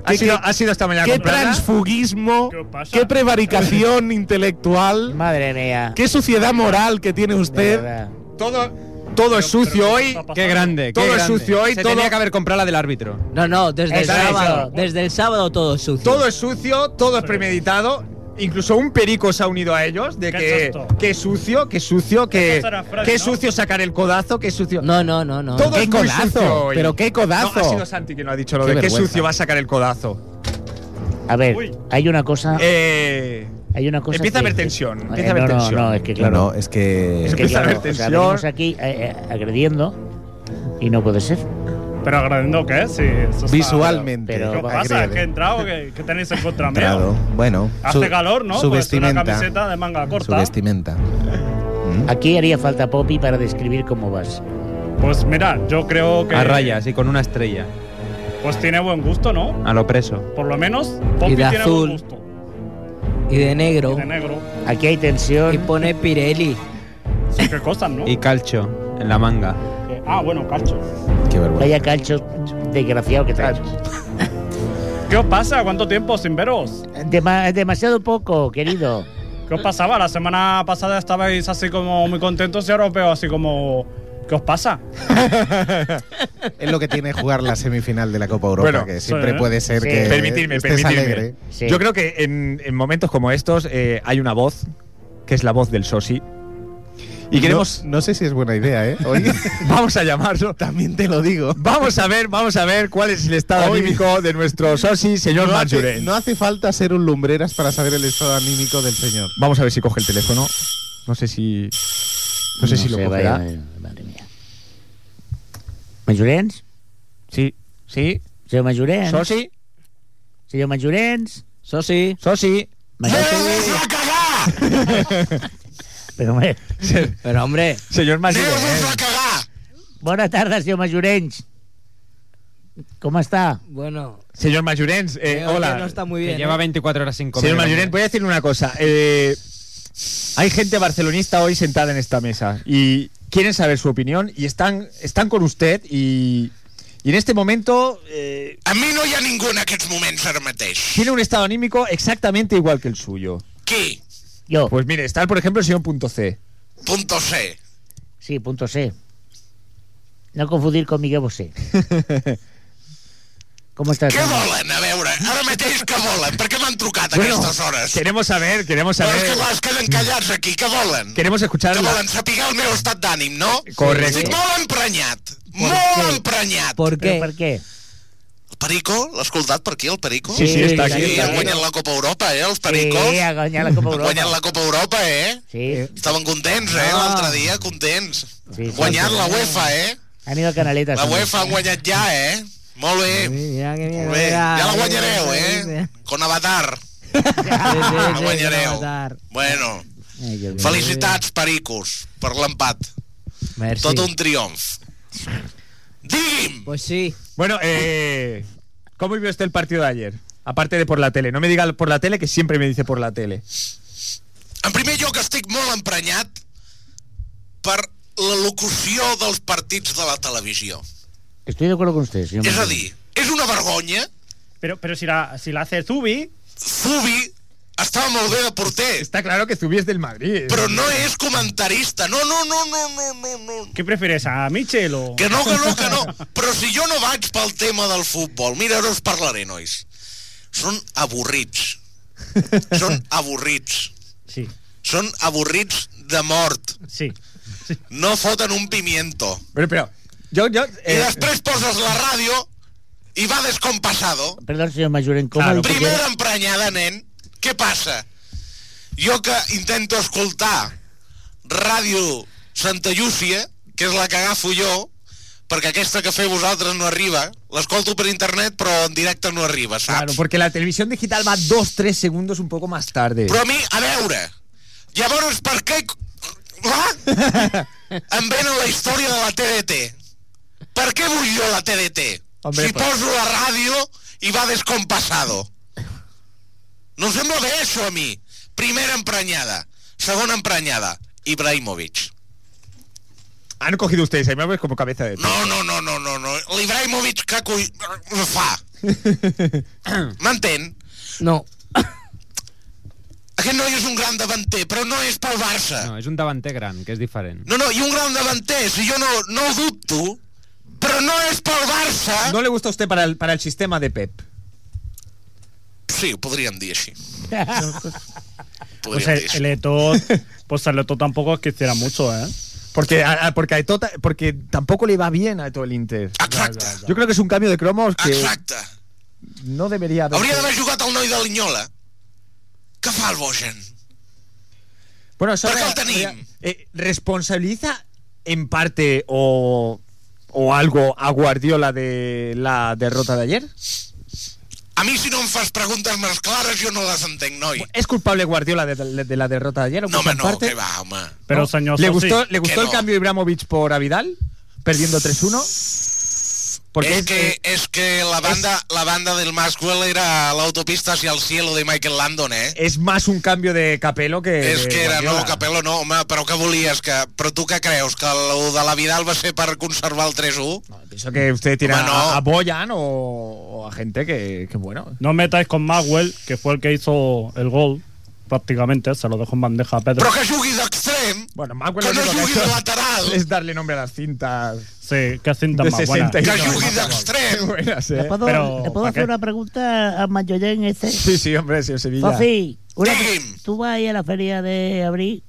S1: ha,
S5: qué-
S1: sido, ha sido esta mañana
S5: qué
S1: comprada.
S5: transfugismo,
S9: ¿Qué pasa?
S5: qué prevaricación intelectual,
S2: Madre mía.
S5: qué suciedad moral que tiene
S2: De
S5: usted.
S2: verdad.
S1: Todo, todo es sucio hoy.
S4: Qué grande.
S1: Todo
S4: qué
S1: es
S4: grande.
S1: sucio hoy,
S4: Se
S1: todo-
S4: tenía que haber comprado la del árbitro.
S3: No, no, desde el
S2: Eso,
S3: sábado.
S2: eso.
S3: Desde el sábado todo sucio.
S1: Todo es sucio, todo es premeditado. Incluso un perico se ha unido a ellos de
S9: Qué
S1: que
S9: susto.
S1: qué sucio, qué sucio, que
S9: Esa era Freddy,
S1: qué
S9: ¿no?
S1: sucio sacar el codazo, qué sucio.
S3: No, no, no, no.
S1: Todo
S5: ¡Qué
S1: es muy
S5: codazo!
S1: sucio hoy.
S5: ¡Pero qué codazo!
S1: No, ha sido Santi quien lo ha dicho, lo
S5: Qué
S1: de qué
S5: vergüenza.
S1: sucio va a sacar el codazo.
S2: A ver,
S9: Uy.
S2: hay una
S5: Ah.
S2: cosa.
S1: Eh,
S2: hay una cosa
S1: empieza a
S2: que-
S1: haber tensión,
S2: Eh,
S1: empieza a haber
S2: no, no,
S1: tensión.
S2: No, es que claro.
S5: es que.
S2: Es que
S1: empieza a
S2: claro,
S1: haber
S2: o sea,
S1: tensión.
S2: venimos aquí eh, eh, agrediendo y no puede ser.
S9: Pero agrediendo qué, sí. eso está-
S5: Visualmente.
S2: Pero-
S9: ¿Qué
S2: pero-
S9: pasa?
S5: agrede.
S9: ¿Qué he entrado? ¿Qué, qué tenéis en contra
S5: Entrado.
S9: mío?
S5: Bueno.
S9: Hace
S5: su-
S9: calor, ¿no?
S5: Su
S9: Pues una
S5: vestimenta.
S9: camiseta de manga
S5: su
S9: corta.
S5: vestimenta.
S2: Aquí haría falta Poppy para describir cómo vas.
S9: Pues mira, yo creo que.
S8: eh,
S4: A rayas y con una estrella.
S9: Pues tiene buen gusto, ¿no?
S4: A lo preso.
S9: Por lo menos, Poppy
S3: Y de
S9: tiene
S3: azul.
S9: buen gusto.
S3: Y de negro.
S9: Y de negro.
S2: Aquí hay
S3: Y
S2: tensión.
S3: pone Pirelli.
S9: Sí, qué cosas, ¿no?
S4: Y calcho en la manga.
S9: Eh, Ah, bueno, cacho.
S5: Qué vergüenza.
S2: Vaya calcho desgraciado que traes.
S9: ¿Qué os pasa? ¿Cuánto tiempo sin veros?
S2: Dema- demasiado poco, querido.
S9: ¿Qué os pasaba? La semana pasada estabais así como muy contentos y ahora os veo así como ¿Qué os pasa?
S5: Es lo que tiene jugar la semifinal de la Copa Europa,
S1: Bueno,
S5: que siempre
S9: sí, ¿eh?
S5: puede ser
S2: Sí.
S5: que
S1: Permitidme,
S5: estés
S1: permitidme.
S5: alegre.
S2: Sí.
S1: Yo creo que en, en momentos como estos eh, hay una voz, que es la voz del Sosi. Y queremos.
S5: No, no sé si es buena idea, ¿eh? Hoy
S1: Vamos a llamarlo.
S5: también te lo digo.
S1: Vamos a ver, vamos a ver cuál es el estado
S5: Hoy-
S1: anímico de nuestro Sosi, señor
S5: No hace,
S1: Marjorén.
S5: no hace falta ser un lumbreras para saber el estado anímico del señor.
S1: Vamos a ver si coge el teléfono. No sé si. No sé si lo
S2: sé,
S1: cogerá.
S2: vaya, madre- madre mía. Majorens?
S1: Sí, sí.
S2: Senyor Majorens?
S1: Sosi,
S2: Senyor Majorens?
S3: Sosi.
S1: Sosi.
S2: Majorens? Però, home,
S1: Se-
S3: Pero hombre,
S1: Señor Marjorén.
S2: bona tarda, senyor Majorens. Com està?
S3: bueno.
S1: Señor Marjorén, eh,
S3: creo que
S1: hola.
S3: No está muy
S4: Que
S3: bien.
S4: lleva
S3: ¿eh?
S4: 24 horas sin comer.
S1: Señor Marjorén,
S4: hombre.
S1: voy a decir una cosa. Eh, hay gente barcelonista hoy sentada en esta mesa y quieren saber su opinión y están, están con usted y, y en este momento eh,
S8: A mi no hi ha ningú en aquests moments ara mateix.
S1: tiene un estado anímico exactamente igual que el suyo.
S8: Qui?
S2: Jo.
S1: Pues mire, está por ejemplo el señor Punto C.
S8: Punto C.
S2: Sí, punto C. No confundir con Miguel Bosé. ¿Cómo estás?
S8: Què
S2: Ana?
S8: volen? A veure, ara mateix què volen? Per què m'han trucat a
S1: Bueno,
S8: aquestes hores?
S1: Queremos saber, queremos
S8: No, és
S1: saber.
S8: que clar, es queden callats aquí. Què volen?
S1: Queremos escuchar
S8: Que
S1: la-
S8: volen saber el meu estat d'ànim, no?
S1: Correcto.
S8: Estic molt emprenyat.
S3: què?
S8: Molt emprenyat.
S3: ¿Por
S2: ¿Pero
S3: qué?
S2: ¿Por qué?
S8: El Perico, l'ha escoltat per aquí, el Perico?
S1: Sí, sí, está aquí.
S8: Sí,
S1: está
S8: han
S1: aquí.
S8: guanyat la Copa Europa, eh, els
S2: Sí,
S8: Pericos?
S2: a ganar la Copa
S8: Han
S2: Europa.
S8: guanyat la Copa Europa, eh?
S2: Sí,
S8: Estaven contents, eh,
S3: Ah.
S8: l'altre dia, contents.
S2: sí. sí.
S8: Guanyat la UEFA, eh?
S2: Han ido a Canaletas.
S8: La
S2: también.
S8: UEFA han guanyat ja, eh? Molt bé.
S3: Mira, que mira,
S8: Molt bé,
S3: mira,
S8: ja la
S3: mira,
S8: guanyareu,
S3: mira,
S8: eh?
S3: mira.
S8: Con Avatar.
S3: Sí, sí, sí,
S8: La
S3: que
S8: guanyareu.
S3: matar.
S8: Bueno,
S2: Ay, Dios mío.
S8: felicitats, pericos, per l'empat.
S3: Merci.
S8: Tot un triomf. Digui'm!
S3: Pues sí.
S1: Bueno, eh, ¿cómo vivió usted el partido de ayer? Aparte de por la tele. No me diga por la tele, que siempre me dice por la tele.
S8: En primer lloc, estic molt emprenyat per la locució dels partits de la televisió.
S2: Estoy de acuerdo con usted, señor.
S8: És a
S2: Martín.
S8: dir, és una vergonya.
S9: Pero, pero si, la, si la hace Zubi,
S8: Zubi estava molt bé de porter,
S1: Está claro que subí es del Madrid. doncs.
S8: però no és comentarista. No, no, no, no, no, no, no.
S9: ¿qué prefieres? ¿A Michel o...?
S8: Que no, que no, que no. Però si jo no vaig pel tema del futbol, mira, ara us parlaré, nois. Són avorrits. Són avorrits.
S9: Sí,
S8: Són avorrits de mort.
S9: sí.
S8: No foten un pimiento.
S1: Pero, pero, yo, yo,
S8: I
S1: eh,
S8: després poses la ràdio i va descompasado.
S2: Perdón, señor Mayoren, ¿cómo
S1: Claro,
S2: lo que
S8: Primera emprenyada, nen. Què passa? Jo que intento escoltar ràdio Santa Llúcia, que és la que agafo jo, perquè aquesta que feu vosaltres no arriba, l'escolto per internet però en directe no arriba, saps?
S1: claro, porque la televisión digital va dos, tres segundos un poco más tarde.
S8: Però a mi, a veure, llavors per què... Clar, em ven la història de la TDT. Per què vull jo la TDT?
S1: Hombre,
S8: si
S1: pues-
S8: poso la ràdio i va descompassado. No em sembla bé això a mi. Primera emprenyada. Segona emprenyada. Ibrahimovic.
S1: Han cogido ustedes a mí como cabeza de...
S8: No, no, no, no, no, no. L'Ibrahimovic que coi... fa. M'entén?
S3: No.
S8: Aquest noi és un gran davanter, però no és pel Barça.
S4: No, és un davanter gran, que és diferent.
S8: pues- No, no, i un gran davanter, si jo no, no ho dubto, però no és pel Barça. No.
S1: No le gusta a usted para el, para el sistema de Pep.
S8: Sí, ho podríem dir així.
S9: Pues
S8: Podríem
S9: el,
S8: dir
S9: el
S8: així.
S9: Eto, pues el Eto tampoco es que hiciera mucho, ¿eh?
S1: Porque, a- a- porque, a Eto'o ta- porque tampoco le va bien a todo el Inter.
S8: Exacte,
S1: Yo creo que es un cambio de cromos que
S8: exacte.
S1: no debería haber.
S8: Hauria d'haver jugat el noi de Linyola. Què fa el Bogen?
S1: Bueno, eso
S8: Perquè
S1: rea-
S8: el tenim.
S1: rea- eh, responsabiliza en parte o, o algo a Guardiola de la derrota de ayer.
S8: A mi, si no em fas preguntes més clares, jo no les entenc, noi.
S1: ¿Es culpable Guardiola de, de- de la derrota de ayer?
S8: No,
S1: aunque
S8: home,
S1: en
S8: no,
S1: parte?
S8: que va, home.
S9: Pero, señor
S1: ¿Le
S9: Sosi,
S1: gustó, ¿le gustó
S8: Que
S1: el
S8: no.
S1: cambio de Ibrahimovic por a Vidal? Perdiendo 3-1.
S8: Porque
S1: Porque
S8: es que, es que la banda, la banda del Maxwell era la autopista hacia el cielo de Michael Landon, eh?
S1: es más un cambio de capelo que.
S8: És
S1: de
S8: que era, no,
S1: Guardiola.
S8: Capello, no, home, però què volies? Que, però tu què creus? Que el de la Vidal va ser per conservar el 3-1?
S1: Pienso que usted tiene
S8: Hombre,
S1: a-
S8: no.
S1: a, Boyan o, o a gente que, que bueno.
S9: No metáis con Maxwell, que fue el que hizo el gol, prácticamente. Se lo dejo en bandeja a Pedro.
S8: Però que jugui d'extrem
S1: Bueno, más
S8: Que no
S1: que ha
S8: jugui
S1: hecho
S8: de lateral.
S1: Es darle nombre a las cintas
S9: Sí, que hacen tan
S1: de
S9: más buena.
S1: 60
S8: Que jugui d'extrem.
S1: buenas,
S2: ¿Le
S1: ¿eh?
S2: puedo,
S9: pero,
S2: le puedo
S9: ¿pa'
S2: hacer
S9: qué?
S2: una pregunta a Mayoyen este?
S1: Sí, sí, hombre, sí, en Sevilla.
S2: Fofi, Pues una-
S8: Digui'm.
S2: tú vas ahí a la feria de abril.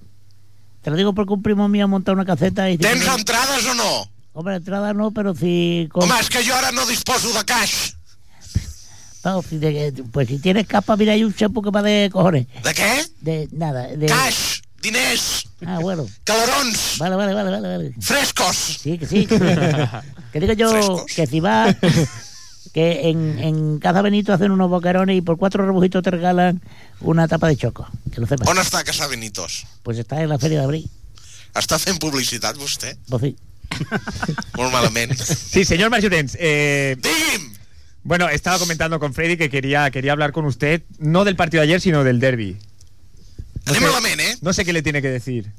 S2: Te lo digo porque un primo mío ha montado una caseta y...
S8: Tens entrades o no?
S2: Hombre, entrada no, pero si... con-
S8: Home, és que jo ara no disposo de caix.
S2: No, si te- pues si tienes capa, mira, hay un chapo que va de cojones.
S8: De què?
S2: De nada, de...
S8: Caix, diners,
S2: Ah, bueno.
S8: calarons,
S2: Vale, vale, vale, vale. vale.
S8: frescos.
S2: Sí, que sí. que digo yo
S8: Frescos.
S2: que si vas, que en, en Casa Benito hacen unos boquerones y por cuatro rebujitos te regalan una tapa de choco. Que lo sepas.
S8: On està Casa Benitos?
S2: Pues está en la feria de abril.
S8: Està fent publicitat, vostè?
S2: Pues sí.
S8: Molt malament.
S1: Sí, señor Marjutens, eh,
S8: Digui'm!
S1: bueno, estaba comentando con Freddy que quería, quería hablar con usted, no del partido de ayer, sino del derby.
S8: Anem malament, eh?
S1: No sé qué le tiene que decir.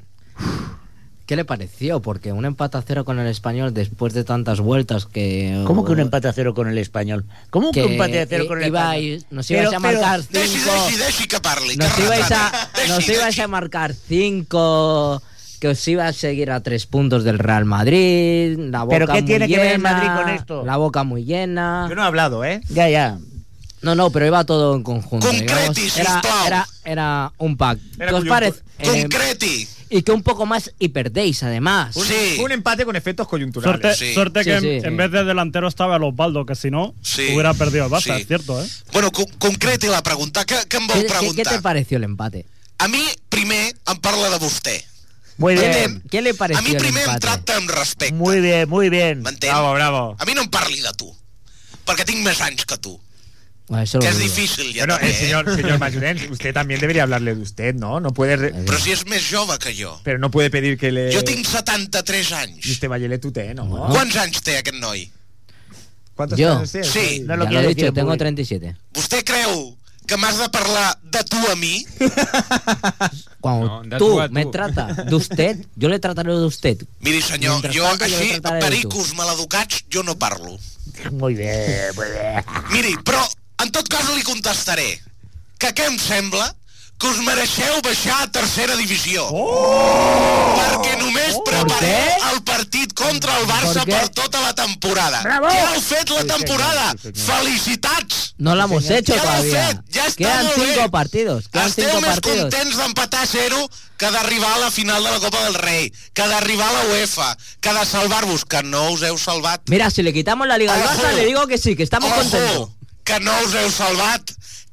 S3: ¿Qué le pareció? Porque un empate a cero con el español después de tantas vueltas que.
S2: ¿Cómo que un empate a cero con el español? ¿Cómo que, un empate a cero
S3: i-
S2: con el
S3: ibais-
S2: español?
S3: Nos
S2: Pero-
S3: ibais a
S2: pero-
S3: marcar
S8: Deixi,
S3: cinco.
S8: deixi, deixi que parli. que
S3: Nos ibais a,
S8: retrata. Deixi,
S3: nos ibais
S8: deixi.
S3: a marcar cinco. Que os iba a seguir a tres puntos del Real Madrid. La boca
S2: ¿Pero qué
S3: muy
S2: tiene que ver el
S3: llena,
S2: Madrid con esto?
S3: La boca muy llena.
S1: Yo no he hablado, ¿eh?
S2: Ya, ya.
S3: No, no, pero iba todo en conjunto.
S8: Concreti,
S3: digamos. era,
S8: sisplau.
S3: era, era un pack.
S1: Era
S3: ¿Qué os
S1: coyuntu-
S3: parece? Eh,
S8: Concreti!
S3: y que un poco más y perdéis, además.
S8: Sí,
S1: Un empate con efectos coyunturales.
S9: Suerte,
S8: Sí.
S9: suerte que
S3: Sí, sí.
S9: en, en vez de delantero estaba el Osvaldo, que si no,
S8: Sí.
S9: hubiera perdido el Barça,
S8: Sí.
S9: es cierto, ¿eh?
S8: Bueno, co concreti la pregunta. Què, què em
S3: ¿Qué,
S8: vol
S3: qué- qué te
S8: preguntar?
S3: pareció el empate?
S8: A mi, primer, em parla de vostè.
S2: Muy
S3: ¿Qué,
S8: Entén?
S2: bien.
S3: le- qué le
S8: A mi
S3: pareció el
S8: primer em
S3: empate?
S8: tracta amb respecte.
S2: Muy bien, muy bien.
S8: M'entén?
S1: Bravo, bravo.
S8: A mi no em parli de tu. Perquè tinc més anys que tu.
S3: Bueno, eso
S8: Que
S3: lo
S8: és
S3: digo.
S8: difícil, ja
S1: Bueno,
S8: també.
S1: el señor, señor Marjutens, usted también debería hablarle de usted, ¿no? No puede, re-
S8: Però si és més jove que jo.
S1: pero no puede pedir que le...
S8: Jo tinc 73
S1: Y
S8: anys.
S1: usted vayele tuté, ¿no?
S8: Quants anys té aquest noi?
S1: ¿Cuántos
S3: Yo.
S1: años tiene?
S8: Sí.
S2: No lo
S3: ya lo
S2: quiero
S3: he
S2: decir
S3: dicho,
S2: en
S3: tengo
S2: público.
S3: 37.
S8: Vostè creu que m'has de parlar de tu a mi?
S3: Cuando
S4: No, da
S3: tú,
S4: tú a
S3: me
S4: tú.
S3: trata de usted, yo le trataré de usted.
S8: Miri, senyor,
S3: Mentre
S8: jo
S3: tanto, jo
S8: així,
S3: li trataré de tu.
S8: pericos maleducats, jo no parlo.
S2: Muy bien, muy bien.
S8: Miri, però en tot cas li contestaré que què em sembla que us mereixeu baixar a tercera divisió. Oh! Perquè només oh! prepareu
S3: Per què?
S8: el partit contra el
S3: Per
S8: Barça
S3: què?
S8: per, tota la temporada.
S2: Bravo!
S8: Ja heu fet la tota temporada. Felicitats!
S3: No lo hemos hecho
S8: Ja l'heu
S3: todavía.
S8: fet, ja està
S3: Quedan
S8: molt bé.
S3: cinco partidos. Quedan
S8: Esteu
S3: cinco
S8: més
S3: partidos.
S8: contents d'empatar a zero que d'arribar a la final de la Copa del Rei, que d'arribar a la UEFA, que de salvar-vos, que no us heu salvat.
S3: Mira, si le quitamos la Liga al
S8: Ojo.
S3: Barça, le digo que sí, que estamos
S8: Ojo,
S3: contentos.
S8: que no us heu salvat,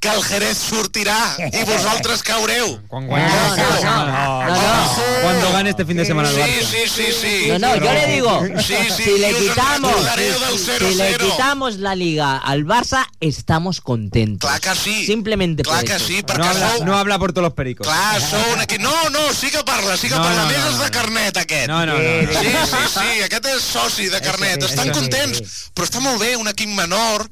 S8: que el Jerez sortirà i vosaltres caureu.
S4: Cuando
S3: No, no, no. No, no.
S4: Cuando gane este fin de semana el
S8: Sí,
S4: Barça.
S8: sí, sí, sí.
S3: No, no, yo le digo,
S8: Sí, sí,
S3: si le
S8: yo os
S3: quitamos,
S8: recordaré del
S3: si-
S8: 0-0.
S3: si le quitamos la liga al Barça, estamos contentos.
S8: Clar que sí.
S3: Simplemente por
S8: Clar que
S3: eso.
S8: sí,
S4: No
S8: perquè
S4: habla,
S8: sou...
S4: no habla por todos los pericos.
S8: Clar, sou un equip... No, no, sí que parla, sí que
S4: No, no,
S8: parla. A més
S4: no,
S8: és de
S4: no.
S8: carnet, aquest.
S4: No, no, no. no.
S8: eh, Sí, sí, sí, aquest és soci de carnet. Estan contents, però està molt bé, un equip menor.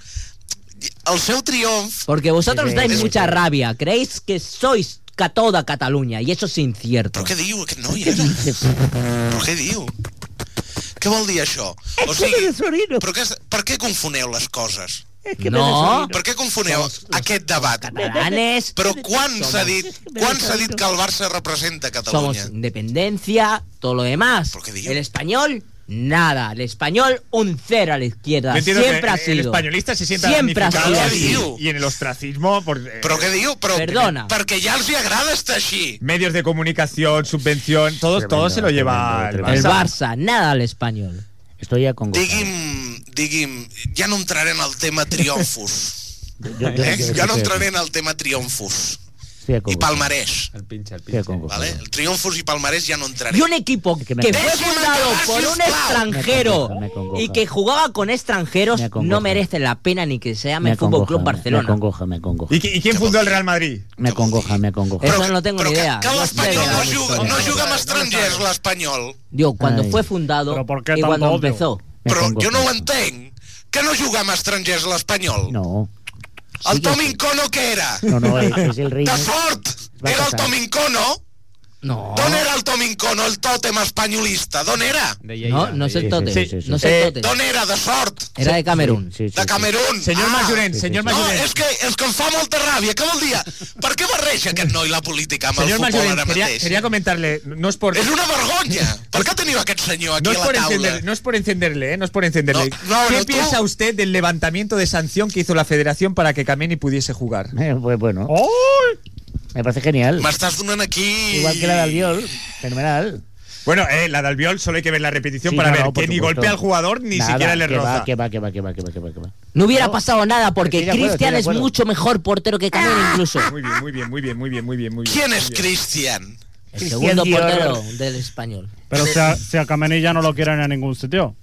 S8: El seu triomf...
S3: Porque vosotros
S2: Sí,
S3: dais
S8: sí,
S3: mucha rabia. Creéis que sois ca- toda Cataluña y eso es incierto.
S8: Però què diu aquest noi, ara? Però què diu? Què vol dir això? O sigui,
S2: Sorino.
S8: però què, és- per què confoneu les coses?
S2: Es que me
S3: No,
S8: Per què confoneu aquest debat?
S3: catalanes,
S8: Però quan s'ha dit,
S2: me
S8: quan
S2: desorino.
S8: s'ha dit que el Barça representa
S3: somos
S8: Catalunya?
S3: independencia, todo lo demás.
S8: ¿Pero qué digo?
S3: El español, nada. El español, un cero a la izquierda.
S1: Yo entiendo
S3: Siempre
S1: que
S3: ha
S1: el
S3: sido.
S1: españolista se sienta
S3: Siempre ha
S1: damnificado
S8: sido
S1: así.
S8: así.
S1: Y en el ostracismo por eh,
S8: Però què diu? Però,
S3: Perdona.
S8: Perquè ja els hi agrada estar així.
S1: medios de comunicación, subvención, todos, todos se lo lleva el
S3: El
S1: Barça.
S3: Barça, nada al español.
S2: Estoy a Congo.
S8: Digui'm, digui'm, ja no entraré en el tema triomfos.
S2: Yo, yo-
S8: Eh?
S2: yo-
S8: Ja no entraré en el tema triomfos
S2: Estoy a
S8: i
S2: Congo.
S8: palmarès.
S4: El pinche, el
S2: Estoy a
S4: pinche.
S2: Congo.
S8: Vale? El triomfos i palmarès ja no entraré.
S3: Y un equipo que,
S2: que me
S3: fue
S8: congoja.
S3: fundado por un
S8: Me congoja,
S3: extranjero
S2: me congoja.
S3: y que jugaba con extranjeros
S2: Me congoja.
S3: no merece la pena ni que se llame
S2: Me
S3: Fútbol
S2: acongoja,
S3: Club
S2: Me
S3: Barcelona.
S2: acongoja, me acongoja.
S1: ¿Y, qui- y quién fundó el Real Madrid?
S2: Me acongoja, me acongoja.
S3: Eso no tengo
S8: però
S3: ni
S8: que-
S3: idea.
S8: Que,
S3: No sé
S8: l'Espanyol
S3: de
S8: no,
S3: la
S8: juga,
S3: historia.
S8: no juga amb estrangers, l'Espanyol.
S3: Digo, cuando
S2: Ay.
S3: fue fundado
S9: Pero ¿por qué
S3: y
S9: tanto
S3: cuando
S9: odio?
S3: empezó.
S2: Me
S8: Però
S2: acongoja.
S8: jo no ho entenc. Que no juga amb estrangers l'Espanyol?
S2: No,
S8: El Tom Incono què era?
S2: no, no, es, es el rey.
S8: De sort!
S2: va
S8: Era el
S2: passar.
S8: Tom Incono?
S3: No.
S8: ¿Dónde era el Tomincono, el tòtem espanyolista? ¿Dónde era?
S4: De
S3: No, no es el tote.
S1: sí, sí, sí.
S3: No es el
S1: Eh,
S3: tote.
S8: ¿Dónde era, de sort?
S3: Era de Camerún.
S2: Sí, sí, sí,
S8: De
S2: sí.
S8: Camerún.
S1: Senyor
S8: Ah.
S1: Majorent, senyor
S8: No,
S1: Majorent.
S8: és que, és que em fa molta ràbia. Que vol dir? Per què barreja aquest noi la política amb
S1: Señor
S8: el futbol
S1: Majorent,
S8: ara
S1: quería,
S8: mateix?
S1: quería comentarle, no es por...
S8: És una vergonya. Per què teniu aquest senyor aquí
S1: No es,
S8: a
S1: por
S8: la taula?
S1: encender- no es por encenderle, ¿eh? No es por encenderle.
S8: No, no,
S1: ¿Qué
S8: no, tú-
S1: piensa usted del levantamiento de sanción que hizo la federación para que Kameni pudiese jugar?
S2: Eh, Pues bueno, me parece genial.
S8: M'estàs donant aquí...
S2: Igual que la de Albiol, fenomenal.
S1: Bueno, eh, la de Albiol solo hay que ver la repetición
S2: Sí,
S1: para
S2: no,
S1: ver
S2: no, por
S1: que ni
S2: supuesto.
S1: golpea al jugador ni
S2: Nada,
S1: siquiera le
S2: que va,
S1: roza.
S2: Que va, que va, que va, que va, que va, que va.
S10: No hubiera
S2: No,
S10: pasado nada porque
S2: estoy de acuerdo, estoy
S10: Cristian
S2: de
S10: es
S2: acuerdo.
S10: mucho mejor portero que Canelo incluso.
S1: Muy bien, muy bien, muy bien, muy bien, muy bien, muy bien.
S8: ¿Quién
S1: muy
S8: es
S1: bien.
S8: Cristian?
S3: El segundo
S2: Dior.
S3: portero del español.
S9: Pero si a, si a Kameni ya no lo quieren en ningún sitio.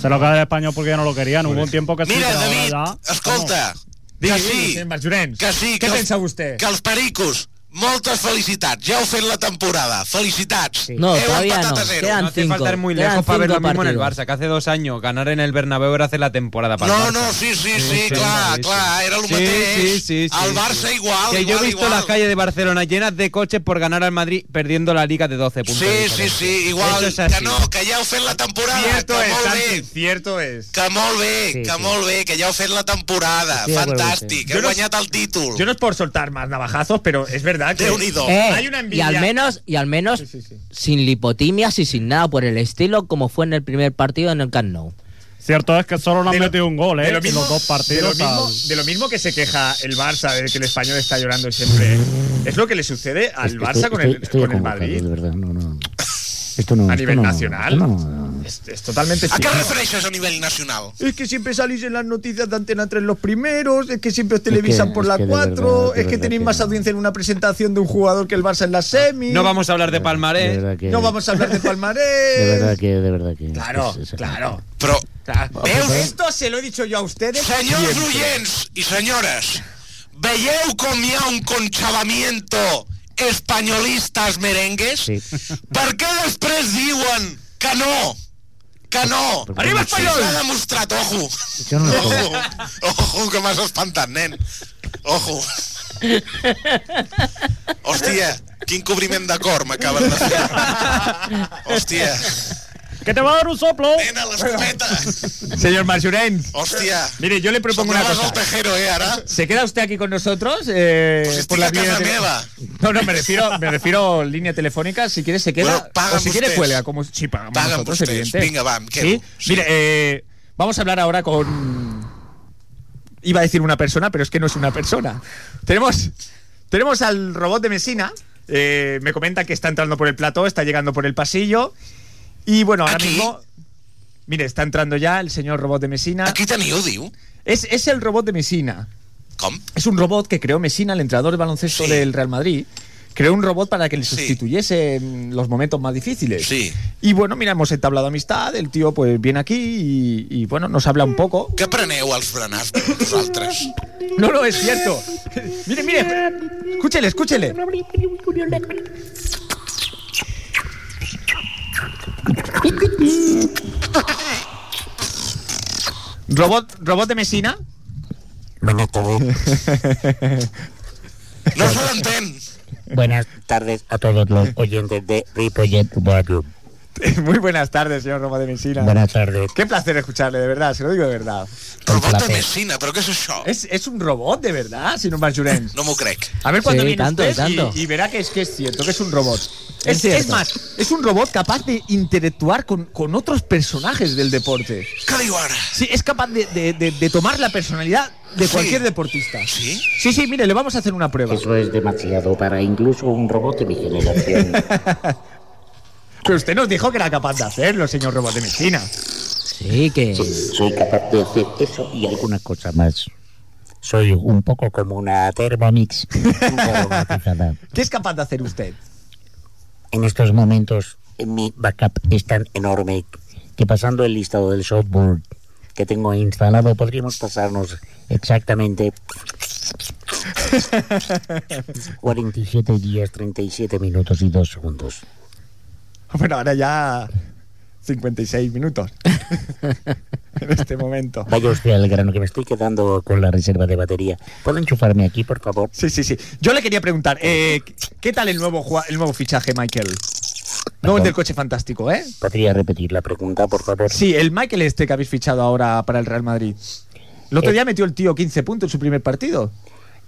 S9: Se lo queda el español porque ya no lo querían. Hubo un tiempo que sí,
S8: Mira,
S9: pero ahora
S8: David,
S9: ya-
S8: escolta,
S1: Digui,
S8: que
S1: digui,
S8: sí,
S1: senyor Majorent.
S8: que sí,
S1: Què
S8: que,
S1: pensa
S8: els,
S1: vostè?
S8: que els pericos, moltes felicitats, ja heu fet la temporada, felicitats.
S3: No,
S8: heu
S3: todavía
S8: empatat
S3: no.
S8: a zero.
S3: Quedan
S4: No hace
S3: cinco.
S4: falta ir muy
S3: Quedan
S4: lejos para ver lo
S3: cinco
S4: mismo en el
S3: partidos.
S4: Barça, que hace dos años ganar en el Bernabéu era hacer la temporada para el
S8: No,
S4: Barça.
S8: no, sí, sí, sí,
S4: Sí, sí,
S8: clar,
S4: sí.
S8: clar, era el
S4: Sí,
S8: mateix.
S4: sí, sí, sí,
S8: el Barça
S4: sí.
S8: igual,
S4: Que
S8: igual,
S4: yo he visto
S8: igual.
S4: las calles de Barcelona llenas de coches por ganar al Madrid perdiendo la liga de 12 puntos. de
S8: Sí, sí,
S4: diferencia.
S8: sí, igual,
S4: Eso es
S8: que
S4: así.
S8: no, que ja heu fet la temporada,
S1: Cierto
S8: que
S1: es,
S8: molt
S1: Santi,
S8: bé,
S1: cierto es.
S8: que molt bé,
S2: Sí,
S8: que
S2: sí.
S8: molt bé, que ja heu fet la temporada,
S2: Estoy de acuerdo,
S8: fantàstic,
S1: Jo
S8: heu
S1: no-
S8: guanyat el títol.
S1: Yo no es por soltar más navajazos, pero es verdad que.
S8: Déu-n'hi-do.
S3: Eh,
S1: Oh, Hay una
S3: y
S1: envidia.
S3: al menos, y al menos
S1: Sí, sí, sí.
S3: sin lipotimias y sin nada por el estilo, como fue en el primer partido en el Camp Nou.
S9: Cierto es que solo no
S1: De
S9: han
S1: lo-
S9: metido un gol, ¿eh?
S1: de lo mismo-
S9: en los dos
S1: de lo,
S9: partidos.
S1: mismo,
S9: al-
S1: de lo mismo que se queja el Barça de que el español está llorando siempre. Es lo que le sucede al
S2: Es que
S1: Barça con, el, con el
S2: desconvocado,
S1: Madrid.
S2: De verdad, no, no. Esto no.
S1: A
S2: esto
S1: nivel
S2: no,
S1: nacional.
S2: esto no, no.
S1: Es, es totalmente
S8: A què
S1: cierto.
S8: et refereixes a nivell nacional?
S1: Es que siempre salís en las noticias de Antena 3 los primeros, es que siempre os
S2: que-
S1: televisan por
S2: es
S1: la
S2: que de
S1: 4,
S2: verdad, de
S1: es que
S2: verdad
S1: tenéis
S2: que
S1: más
S2: no.
S1: audiencia en una presentación de un jugador que el Barça en la semi.
S4: No vamos a hablar de
S2: De
S4: palmarés.
S2: verdad Ah, que.
S1: Eh, no vamos a hablar de palmarés.
S2: De verdad que, de verdad que.
S1: Claro,
S2: es- es- es-
S1: claro.
S8: Però,
S1: claro.
S8: Veus?
S1: Esto se lo he dicho yo a ustedes.
S8: senyors
S1: siempre.
S8: oients i senyores, veieu com hi ha un conchavamiento españolistas merengues?
S2: Sí.
S8: Per què després diuen que no? Que no!
S2: Perquè
S8: Arriba
S2: no
S8: espanyol! S'ha demostrat, ojo!
S2: Yo no lo pongo.
S8: Ojo,
S2: Oh.
S8: ojo, que m'has espantat, nen. Ojo. Hòstia, quin cobriment de cor m'acaben de fer. Hòstia,
S9: ¡Que te va a dar un soplo!
S8: nen a l'escopeta.
S1: Señor Marjorens,
S8: Hòstia.
S1: mire, yo le propongo una
S8: Sonaves
S1: cosa.
S8: el tejero, eh, ara?
S1: ¿Se queda usted aquí con nosotros? Eh,
S8: Pues
S1: por
S8: estic
S1: la
S8: a casa
S1: tele-
S8: meva.
S1: No, no, me refiero, me refiero línea telefónica. Si quiere, se queda.
S8: Bueno, pagan
S1: o si quiere,
S8: ustedes.
S1: cuelga. Como, sí, pagamos
S8: Pagan
S1: nosotros,
S8: ustedes.
S1: evidente.
S8: Venga, va, me quedo.
S1: ¿Sí?
S8: Sí.
S1: Mire, eh, vamos a hablar ahora con. Iba a decir una persona, pero es que no es una persona. Tenemos, tenemos al robot de Mesina. Eh, me comenta que está entrando por el plató, está llegando por el pasillo. Y bueno, ahora
S8: ¿Aquí?
S1: mismo. Mire, está entrando ya el señor robot de Mesina.
S8: Aquí teniu, diu.
S1: Es, es el robot de Mesina.
S8: Com?
S1: Es un robot que creó Messina, el entrenador de baloncesto
S8: Sí.
S1: del Real Madrid. Creó un robot para que le
S8: Sí.
S1: sustituyese en los momentos más difíciles.
S8: Sí.
S1: Y bueno, mira, hemos entablado amistad, el tío pues viene aquí y, y, bueno, nos habla un poco.
S8: Què preneu als berenars vosaltres?
S1: No, no, es cierto. mire, mire, escúchele, escúchele. Robot, robot de Messina.
S8: No se l'entén.
S10: Buenas tardes a todos los oyentes de Reproject
S1: Muy buenas tardes, señor robot de Messina.
S10: tardes.
S1: Qué placer escucharle, de verdad, se lo digo de verdad.
S8: Robot de Messina, però què és això?
S1: Es, es un robot, de verdad, señor Marjorens.
S8: No m'ho crec.
S1: A ver cuándo
S3: Sí,
S1: viene
S3: tanto,
S1: usted
S3: tanto.
S1: Y, y verá que es que es cierto, que es un robot. Es,
S3: cierto.
S1: es más, es un robot capaz de interactuar con, con otros personajes del deporte.
S8: Què diu ara?
S1: Sí, es capaz de, de- de- de tomar la personalidad de
S8: Sí.
S1: cualquier deportista.
S8: Sí?
S1: Sí, sí, mire, le vamos a hacer una prueba.
S10: Eso es demasiado para incluso un robot de mi generación.
S1: Pero usted nos dijo que era capaz de hacerlo, señor robot de Messina.
S3: Sí, que.
S10: Soy capaz de hacer eso y alguna cosa más. Soy un poco como una Thermomix robotizada.
S1: ¿Qué es capaz de hacer usted?
S10: En estos momentos, mi backup es tan enorme que pasando el listado del software que tengo instalado, podríamos pasarnos exactamente 47 días, 37 minutos y 2 segundos.
S1: Bueno, ahora ya 56 minutos. en este momento.
S2: Vaya usted al grano, que me estoy quedando con la reserva de batería. ¿Puedo enchufarme aquí, por favor?
S1: Sí, sí, sí. Yo le quería preguntar, eh, ¿qué tal el nuevo, jua- el nuevo fichaje, Michael? No, el del coche fantástico, ¿eh?
S2: ¿Podría repetir la pregunta, por favor?
S1: Sí, el Michael este que habéis fichado ahora para el Real Madrid. El otro
S2: Eh.
S1: día metió el tío 15 puntos en su primer partido.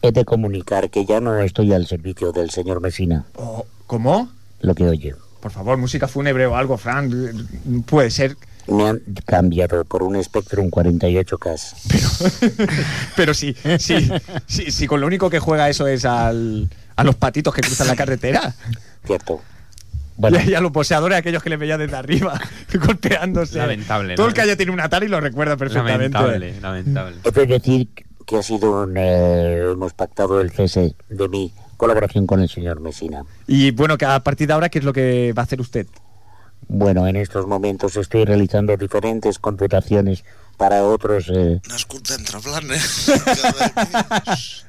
S2: He de comunicar que ya no estoy al servicio del señor Mesina.
S1: Oh, ¿Cómo?
S2: Lo que oye.
S1: Por favor, música fúnebre o algo, Fran. Puede ser.
S2: Me han cambiado por un Spectrum 48K.
S1: Pero sí, sí, sí, sí, con lo único que juega eso es al, a los patitos que cruzan la carretera.
S2: Cierto. Bueno,
S1: Y, a los poseadores, aquellos que les veía desde arriba, golpeándose.
S4: Lamentable,
S1: Todo el
S4: lamentable.
S1: que haya tenido un Atari lo recuerda perfectamente.
S4: Lamentable, lamentable.
S2: he de decir que ha sido un, eh, hemos pactado el cese de mi colaboración con el señor Mesina.
S1: Y bueno, que a partir de ahora, ¿qué es lo que va a hacer usted?
S2: Bueno, en estos momentos estoy realizando diferentes computaciones para otros. eh,
S8: Nascut d'entre Blanes, que remis,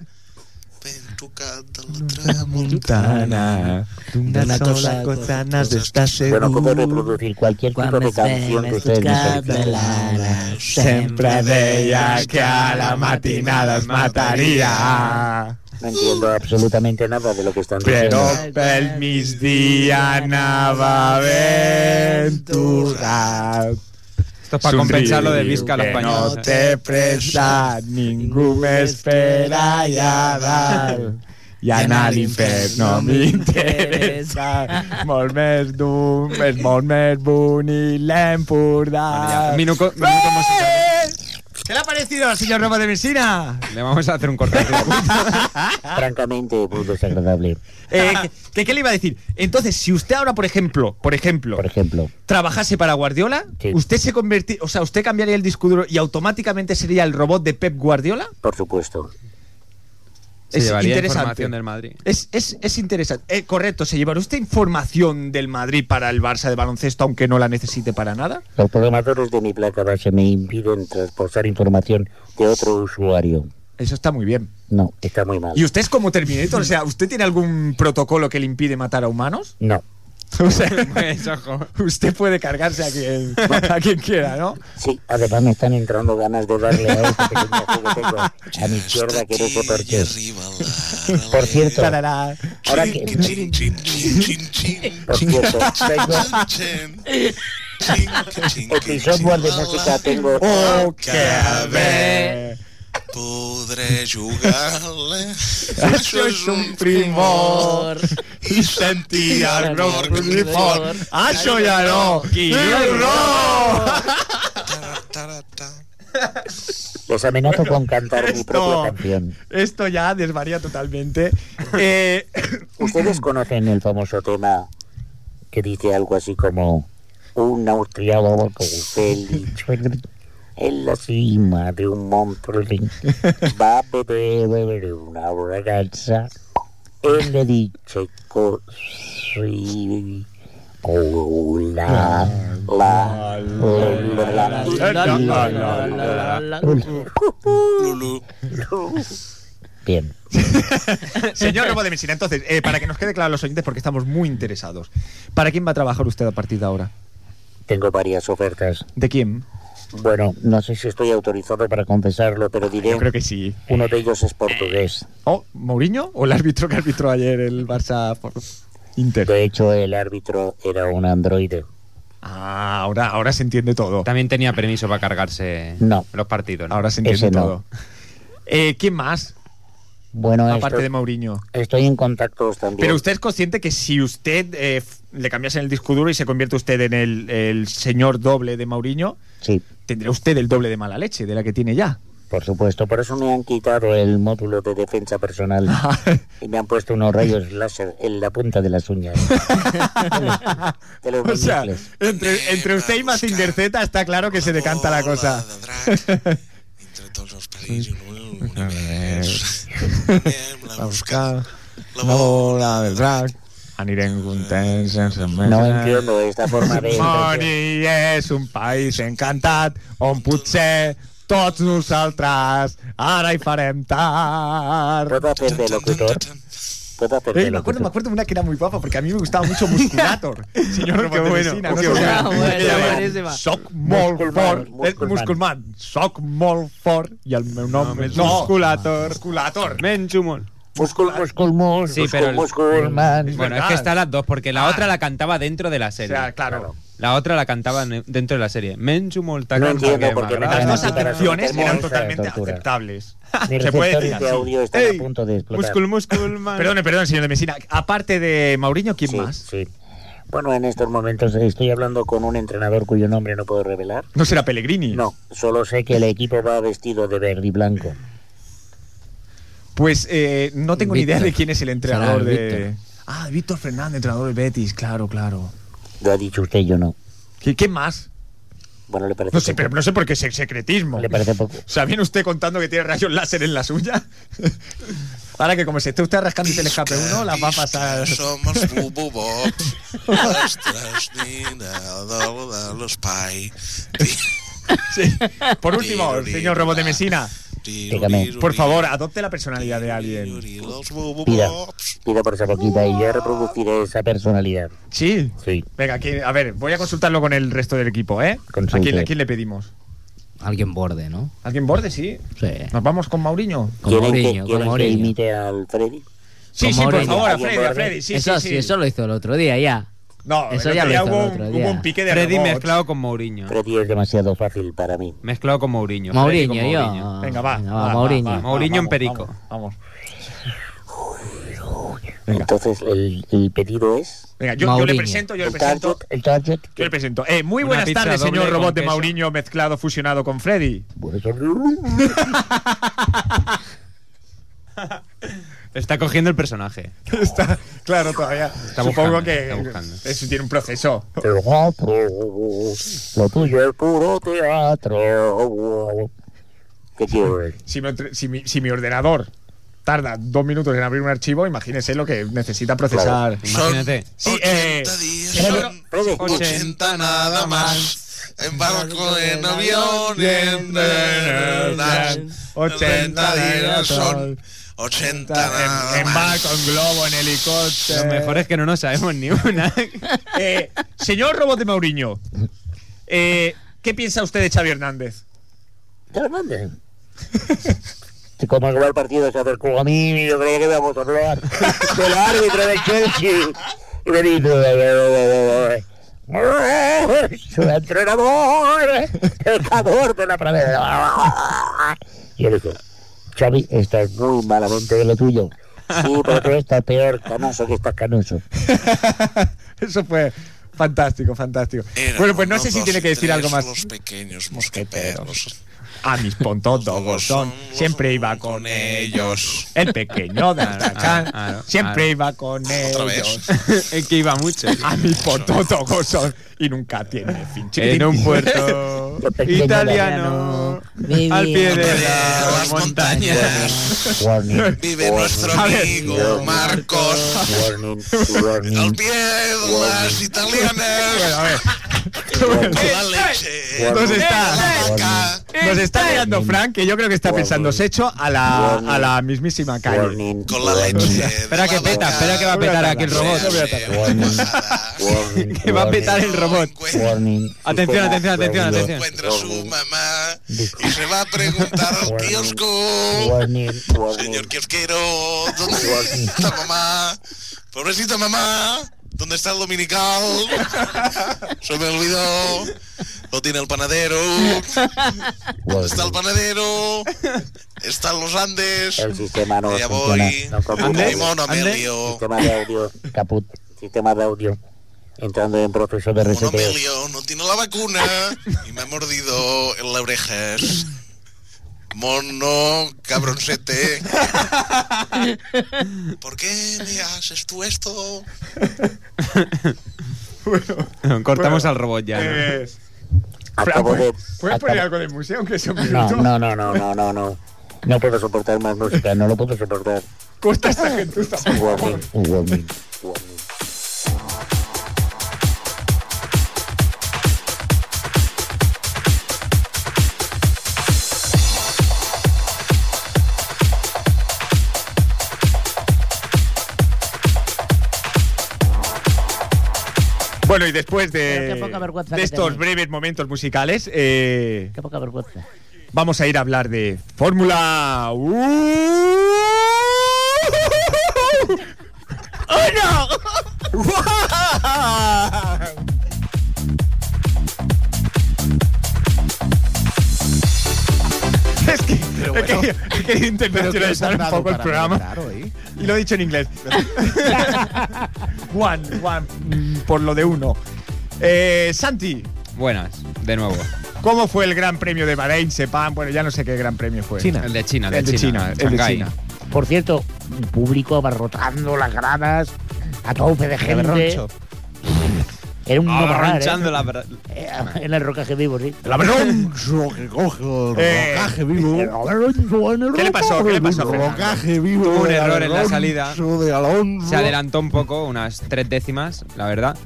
S8: ben tocat de la tramuntana.
S1: Una
S5: sola cosa
S1: de
S2: bueno, puedo reproducir cualquier tipo de canción que ustedes necesiten.
S1: Siempre deia que a la matinada es mataría.
S2: No entiendo absolutamente nada de lo que están diciendo.
S1: Però pel migdia anava ben torrat.
S4: Esto es para compensar lo de Vizca a los
S1: que
S4: españoles.
S1: No te presta ningú m'espera allà dalt. I anar a l'infern no m'interessa. Molt més d'un, és molt més bonic l'Empordà.
S4: Ya, Minuco, minuco musical.
S1: ¡Eh! ¿Qué le ha parecido al señor Roma de Mesina?
S4: Le vamos a hacer un corte.
S2: Francamente, muy desagradable.
S1: Eh, ¿qué, qué le iba a decir? Entonces, si usted ahora, por ejemplo, por ejemplo,
S2: Por ejemplo,
S1: trabajase para Guardiola,
S2: Sí.
S1: usted se convertiría, o sea, usted cambiaría el disco duro y automáticamente sería el robot de Pep Guardiola.
S2: por supuesto.
S4: Se
S1: Es
S4: llevaría
S1: interesante.
S4: información del Madrid.
S1: Es, es- es interesante. Eh, correcto, se llevará usted información del Madrid para el Barça de baloncesto, aunque no la necesite para nada.
S2: Los programadores de mi placa base me impiden transportar información de otro usuario.
S1: Eso está muy bien.
S2: No, está muy mal.
S1: ¿Y usted es como Terminator? O sea, ¿usted tiene algún protocolo que le impide matar a humanos?
S2: No.
S1: O sea,
S4: Pues, ojo.
S1: usted puede cargarse a quien, a quien quiera, ¿no?
S2: Sí, además me están entrando ganas de darle a este pequeño juego que tengo a mi izquierda que no sé por qué. Por cierto,
S1: Tarará.
S2: ahora que...
S8: Chin, chin, chin, chin, chin.
S2: Por cierto, tengo...
S8: Chin, chin, chin,
S2: En mi software de música tengo...
S1: Oh, que bé.
S8: Podré jugar-la.
S1: Això és un primor.
S8: I sentir el
S1: Cor que fort. Això ja ¡Ah, no. Qui no?
S2: Les amenazo con cantar mi
S1: Esto.
S2: propia canción.
S1: Esto ya desvaría totalmente. Eh,
S2: ¿Ustedes conocen el famoso tema que dice algo así como un austriaco feliz en la cima de un monte va a beber una braganza? Él le dice cosi oh, la la la la la la la
S8: Lulu.
S2: Bien.
S1: señor Robo de Mesina, entonces, eh, para que nos quede claro a los oyentes, porque estamos muy interesados. ¿Para quién va a trabajar usted a partir de ahora?
S2: Tengo varias ofertas.
S1: ¿De quién?
S2: Bueno, no sé si estoy autorizado para confesarlo, pero diré
S1: Yo creo que sí.
S2: uno de ellos es portugués.
S1: ¿Oh, Mourinho? ¿O el árbitro que arbitró ayer el Barça por Inter?
S2: De hecho, el árbitro era un androide.
S1: Ah, ahora, ahora se entiende todo.
S4: También tenía permiso para cargarse
S2: No.
S4: los partidos. ¿no?
S1: Ahora se entiende
S2: Ese no.
S1: todo. Eh, ¿Quién más?
S2: Bueno,
S1: Aparte
S2: esto-
S1: de Mourinho.
S2: estoy en contacto también.
S1: Pero usted es consciente que si usted eh, f- le cambiase el disco duro y se convierte usted en el, el señor doble de Mauriño,
S2: Sí,
S1: tendrá usted el doble de mala leche de la que tiene ya.
S2: por supuesto. Por eso me han quitado el módulo de defensa personal y me han puesto unos rayos láser en la punta de las uñas. de los
S1: o sea,
S2: meñiques.
S1: entre, entre usted y Mazinger Z está claro que se decanta la cosa.
S8: Bola de drac, Entre tots els perills un univers. Anem a buscar la bola.
S11: bola del drag. Anirem contents sense més.
S2: No entiendo esta forma de...
S1: Moni és un país encantat on potser tots nosaltres ara hi farem tard.
S2: ¿Puedo hacer de locutor?
S10: puedo hacerte
S1: Eh, me
S10: lo que
S1: acuerdo,
S10: tú
S1: me acuerdo de una que era muy guapa porque a mí me gustaba mucho Musculator. Señor
S5: Qué
S1: Roberto
S5: bueno,
S1: Messina,
S5: qué
S1: no sé
S5: bueno.
S1: si-
S5: Ah, bueno,
S1: Era
S5: buenísima.
S1: Soc molt fort.
S5: Musculman,
S1: Eh, Musculman. Soc molt fort. I el meu nom
S4: No,
S1: és...
S4: Musculator.
S1: Musculator.
S4: Menchumol.
S1: ah,
S10: Muscul, muscul, muscul,
S4: Sí, pero el-
S10: musculman.
S4: Bueno, es que están las dos, porque la otra la cantaba dentro de la
S1: Ah. O
S4: serie.
S1: sea, claro.
S4: La otra la cantaba ne- dentro de la serie. Menchumol
S10: No entiendo por qué me
S1: Las
S10: Claro,
S1: dos
S10: sí, pero
S1: acepciones
S10: no es
S1: eran
S10: esa
S1: totalmente
S10: tortura.
S1: aceptables.
S10: Mis
S1: Se puede decir
S10: receptores de
S1: así.
S10: audio están
S4: Ey,
S10: a punto de explotar.
S4: Muscul, muscul, man.
S1: Perdone, perdone, señor de Messina. Aparte de Mauriño, ¿quién
S10: Sí,
S1: más?
S10: sí. Bueno, en estos momentos estoy hablando con un entrenador cuyo nombre no puedo revelar.
S1: No será Pellegrini.
S10: No, solo sé que el equipo va vestido de verde y blanco.
S1: Pues eh, no tengo ni
S3: Víctor.
S1: idea de quién es el entrenador
S3: Será el
S1: de.
S3: Víctor.
S1: Ah, Víctor Fernández, entrenador del Betis, claro, claro.
S10: Lo ha dicho usted, yo no.
S1: ¿Qui- ¿Quién más?
S10: Bueno, le parece
S1: No sé,
S10: poco.
S1: pero no sé por qué se- secretismo.
S10: Le parece poco.
S1: O sea, viene usted contando que tiene rayos láser en la suya. Ahora que como se esté usted rascando el telescape uno, la va a pasar.
S8: Som els bubobobs, les tres nines del, de l'espai.
S1: Sí. Por último, señor Robot de Mesina,
S10: Dígame.
S1: por favor, adopte la personalidad de alguien.
S8: Els
S10: Mira,
S8: bubobobs.
S10: mira por esa boquita y yo reproduciré esa personalidad.
S1: Sí.
S10: Sí.
S1: Venga, aquí- a ver, voy a consultarlo con el resto del equipo, ¿eh?
S10: Consulte.
S1: ¿A quién, a quién le pedimos?
S3: Alguien borde, ¿no?
S1: ¿Alguien borde, sí?
S3: Sí.
S1: ¿Nos vamos con Mauriño?
S3: Con
S10: ¿Quieren que-
S3: Mourinho,
S10: quieren
S3: con
S10: que
S3: Mourinho.
S10: imite al Freddy?
S1: Sí,
S3: Con
S1: sí, por
S3: Mauriño.
S1: favor, a
S10: ¿Alguien
S1: Freddy, a
S10: borde?
S1: Freddy. Sí,
S3: eso
S1: sí,
S3: sí,
S1: sí.
S3: eso lo hizo el otro día ya.
S1: No,
S3: eso
S1: el
S3: ya
S1: otro
S3: lo
S1: día
S3: hizo el
S1: hubo,
S3: otro
S1: un,
S3: día.
S1: hubo un pique de
S4: Freddy
S1: robots.
S4: mezclado con Mourinho.
S10: Freddy es demasiado fácil para mí.
S4: Mezclado con Mourinho. Freddy con
S3: Mourinho, yo.
S1: Venga, va.
S3: Venga,
S1: va, va,
S3: Mourinho.
S1: va, va,
S4: Mourinho
S1: vamos,
S4: en Perico.
S1: Vamos. vamos.
S10: Entonces, el, el pedido es...
S1: Venga, yo, yo le
S3: Mourinho.
S1: presento, yo le
S10: El
S1: presento.
S10: target, el target.
S1: Yo le presento. Eh, muy
S4: Una
S1: buenas
S4: pizza
S1: tardes,
S4: doble
S1: señor
S4: con
S1: robot de
S4: queso.
S1: Mauriño mezclado, fusionado con Freddy.
S10: Bueno, eso-
S4: Está cogiendo el personaje.
S1: Está, claro, todavía. Supongo
S4: buscando,
S1: que
S4: está buscando.
S1: eso tiene un proceso.
S10: Pero otro, lo tuyo es puro teatro. ¿Qué quiero ver?
S1: Si mi, entre- si mi- si mi ordenador tarda dos minutos en abrir un archivo, imagínese lo que necesita procesar.
S4: Imagínate.
S1: Sí, eh,
S8: 80 días,
S1: pero-
S8: son
S10: pero-
S8: 80 nada más. En barco, en avión, en... en-
S1: 80 días
S8: son 80 nada
S1: en, en
S8: más.
S1: barco, en globo, en helicóptero.
S4: Lo mejor es que no nos sabemos ni una.
S1: Eh, señor Robot de Mauriño, eh, ¿qué piensa usted de Xavi Hernández?
S10: ¿De Hernández? Si como acabó el partido se acercó a mí yo creía que íbamos a hablar del árbitro de Chelsea. Y me dice... Su entrenador, pecador de la pradera. Y él dijo, Xavi, estás muy malamente de lo tuyo. Sí, pero tú estás peor canoso que estás canoso.
S1: Eso fue fantástico, fantástico.
S8: Eran
S1: Bueno, pues no
S8: uno,
S1: sé si
S8: dos
S1: tiene
S8: y
S1: que decir
S8: tres
S1: algo más.
S8: Los pequeños mosqueteros.
S1: A mis pontos
S8: Todos
S1: todos son.
S8: somos
S1: Siempre iba
S8: uno
S1: con
S8: con
S1: ellos.
S8: ellos.
S1: El pequeño de Astacán,
S4: claro, claro,
S1: Siempre
S4: claro.
S1: iba con
S8: Otra vez.
S1: ellos.
S4: es que iba mucho.
S1: A mis pontos todos son. Y nunca tiene fin.
S4: En
S1: chiquitín.
S4: un puerto
S10: pequeño
S4: italiano
S3: italiano,
S4: al pie
S3: viviendo
S4: de
S8: de
S4: las
S8: las
S4: montañas.
S8: montañas. Vive nuestro
S1: A ver.
S8: amigo Marcos.
S10: Warning, warning.
S8: Al pie de las
S1: Bueno, a
S8: italianas.
S1: ver.
S8: La leche.
S1: ¿Dónde está?
S8: La vaca.
S1: Nos está mirando Frank, que yo creo que está pensando, se hecho a la, a la mismísima calle.
S10: Warning,
S8: Con la
S10: warning,
S8: leche.
S4: Espera que peta, espera que va a petar aquí el robot.
S10: warning,
S4: Que va a
S10: warning,
S4: petar el robot.
S10: warning.
S4: Atención, atención, atención,
S10: Warning,
S4: atención.
S8: Encuentra a su mamá y se va a preguntar al kiosco.
S10: Warning, warning.
S8: Señor kiosquero, ¿dónde está mamá? Pobrecita mamá, ¿dónde está el dominical? Se me olvidó. Lo tiene el panadero. ¿Dónde está el panadero? Están los Andes.
S10: El sistema no
S8: Ya
S10: funciona.
S8: voy.
S10: No computa.
S8: Andes, Limón,
S4: Andes.
S8: Amelio.
S10: Sistema de audio. Caput. Sistema de audio. Entrando en proceso de
S8: Limón,
S10: reseteo.
S8: Amelio no tiene la vacuna y me ha mordido en las orejas. Mono, cabroncete. ¿Por qué me haces tú esto?
S4: Cortamos al robot ya. ¿no?
S1: Eh, Frank,
S10: Acabo de...
S1: ¿puedes, puedes poner
S10: acabo-
S1: algo de museo aunque sea un
S10: No,
S1: minuto?
S10: no, no, no, no, no, no. No puedo soportar más música, no lo puedo soportar.
S1: Corta esta gentuza, por favor.
S10: Warning, warning, warning.
S1: Bueno, y después de,
S2: Pero qué poca vergüenza
S1: de
S2: que
S1: estos
S2: tenéis.
S1: breves momentos musicales, eh,
S2: Qué poca vergüenza.
S1: vamos a ir a hablar de Fórmula 1. ¡Oh, Es que he querido- he querido internacionalizar un poco el programa
S5: ¿eh?
S1: y lo he dicho en inglés. Juan, Juan, mm, por lo de uno. Eh, Santi,
S4: Buenas, de nuevo.
S1: ¿cómo fue el Gran Premio de Bahrein, Sepan? Bueno, ya no sé qué Gran Premio fue.
S4: El de China, el de
S1: El de China,
S4: China.
S1: el de
S4: Shanghái.
S1: China.
S2: Por cierto, un público abarrotando las gradas, a tope de gente.
S5: berroncho.
S2: Era un barrar,
S4: Arranchando
S2: ¿eh?
S4: Ah, la verdad.
S2: Eh, En el rocaje vivo, sí.
S6: La bronzo que coge el
S1: Eh,
S6: rocaje vivo.
S1: ¿Qué le pasó? ¿Qué le pasó,
S6: El
S1: Fernando?
S6: rocaje vivo.
S4: Tuvo un
S6: de
S4: error en la
S6: Alonso,
S4: salida.
S6: de Alonso.
S4: Se adelantó un poco, unas tres décimas, la verdad.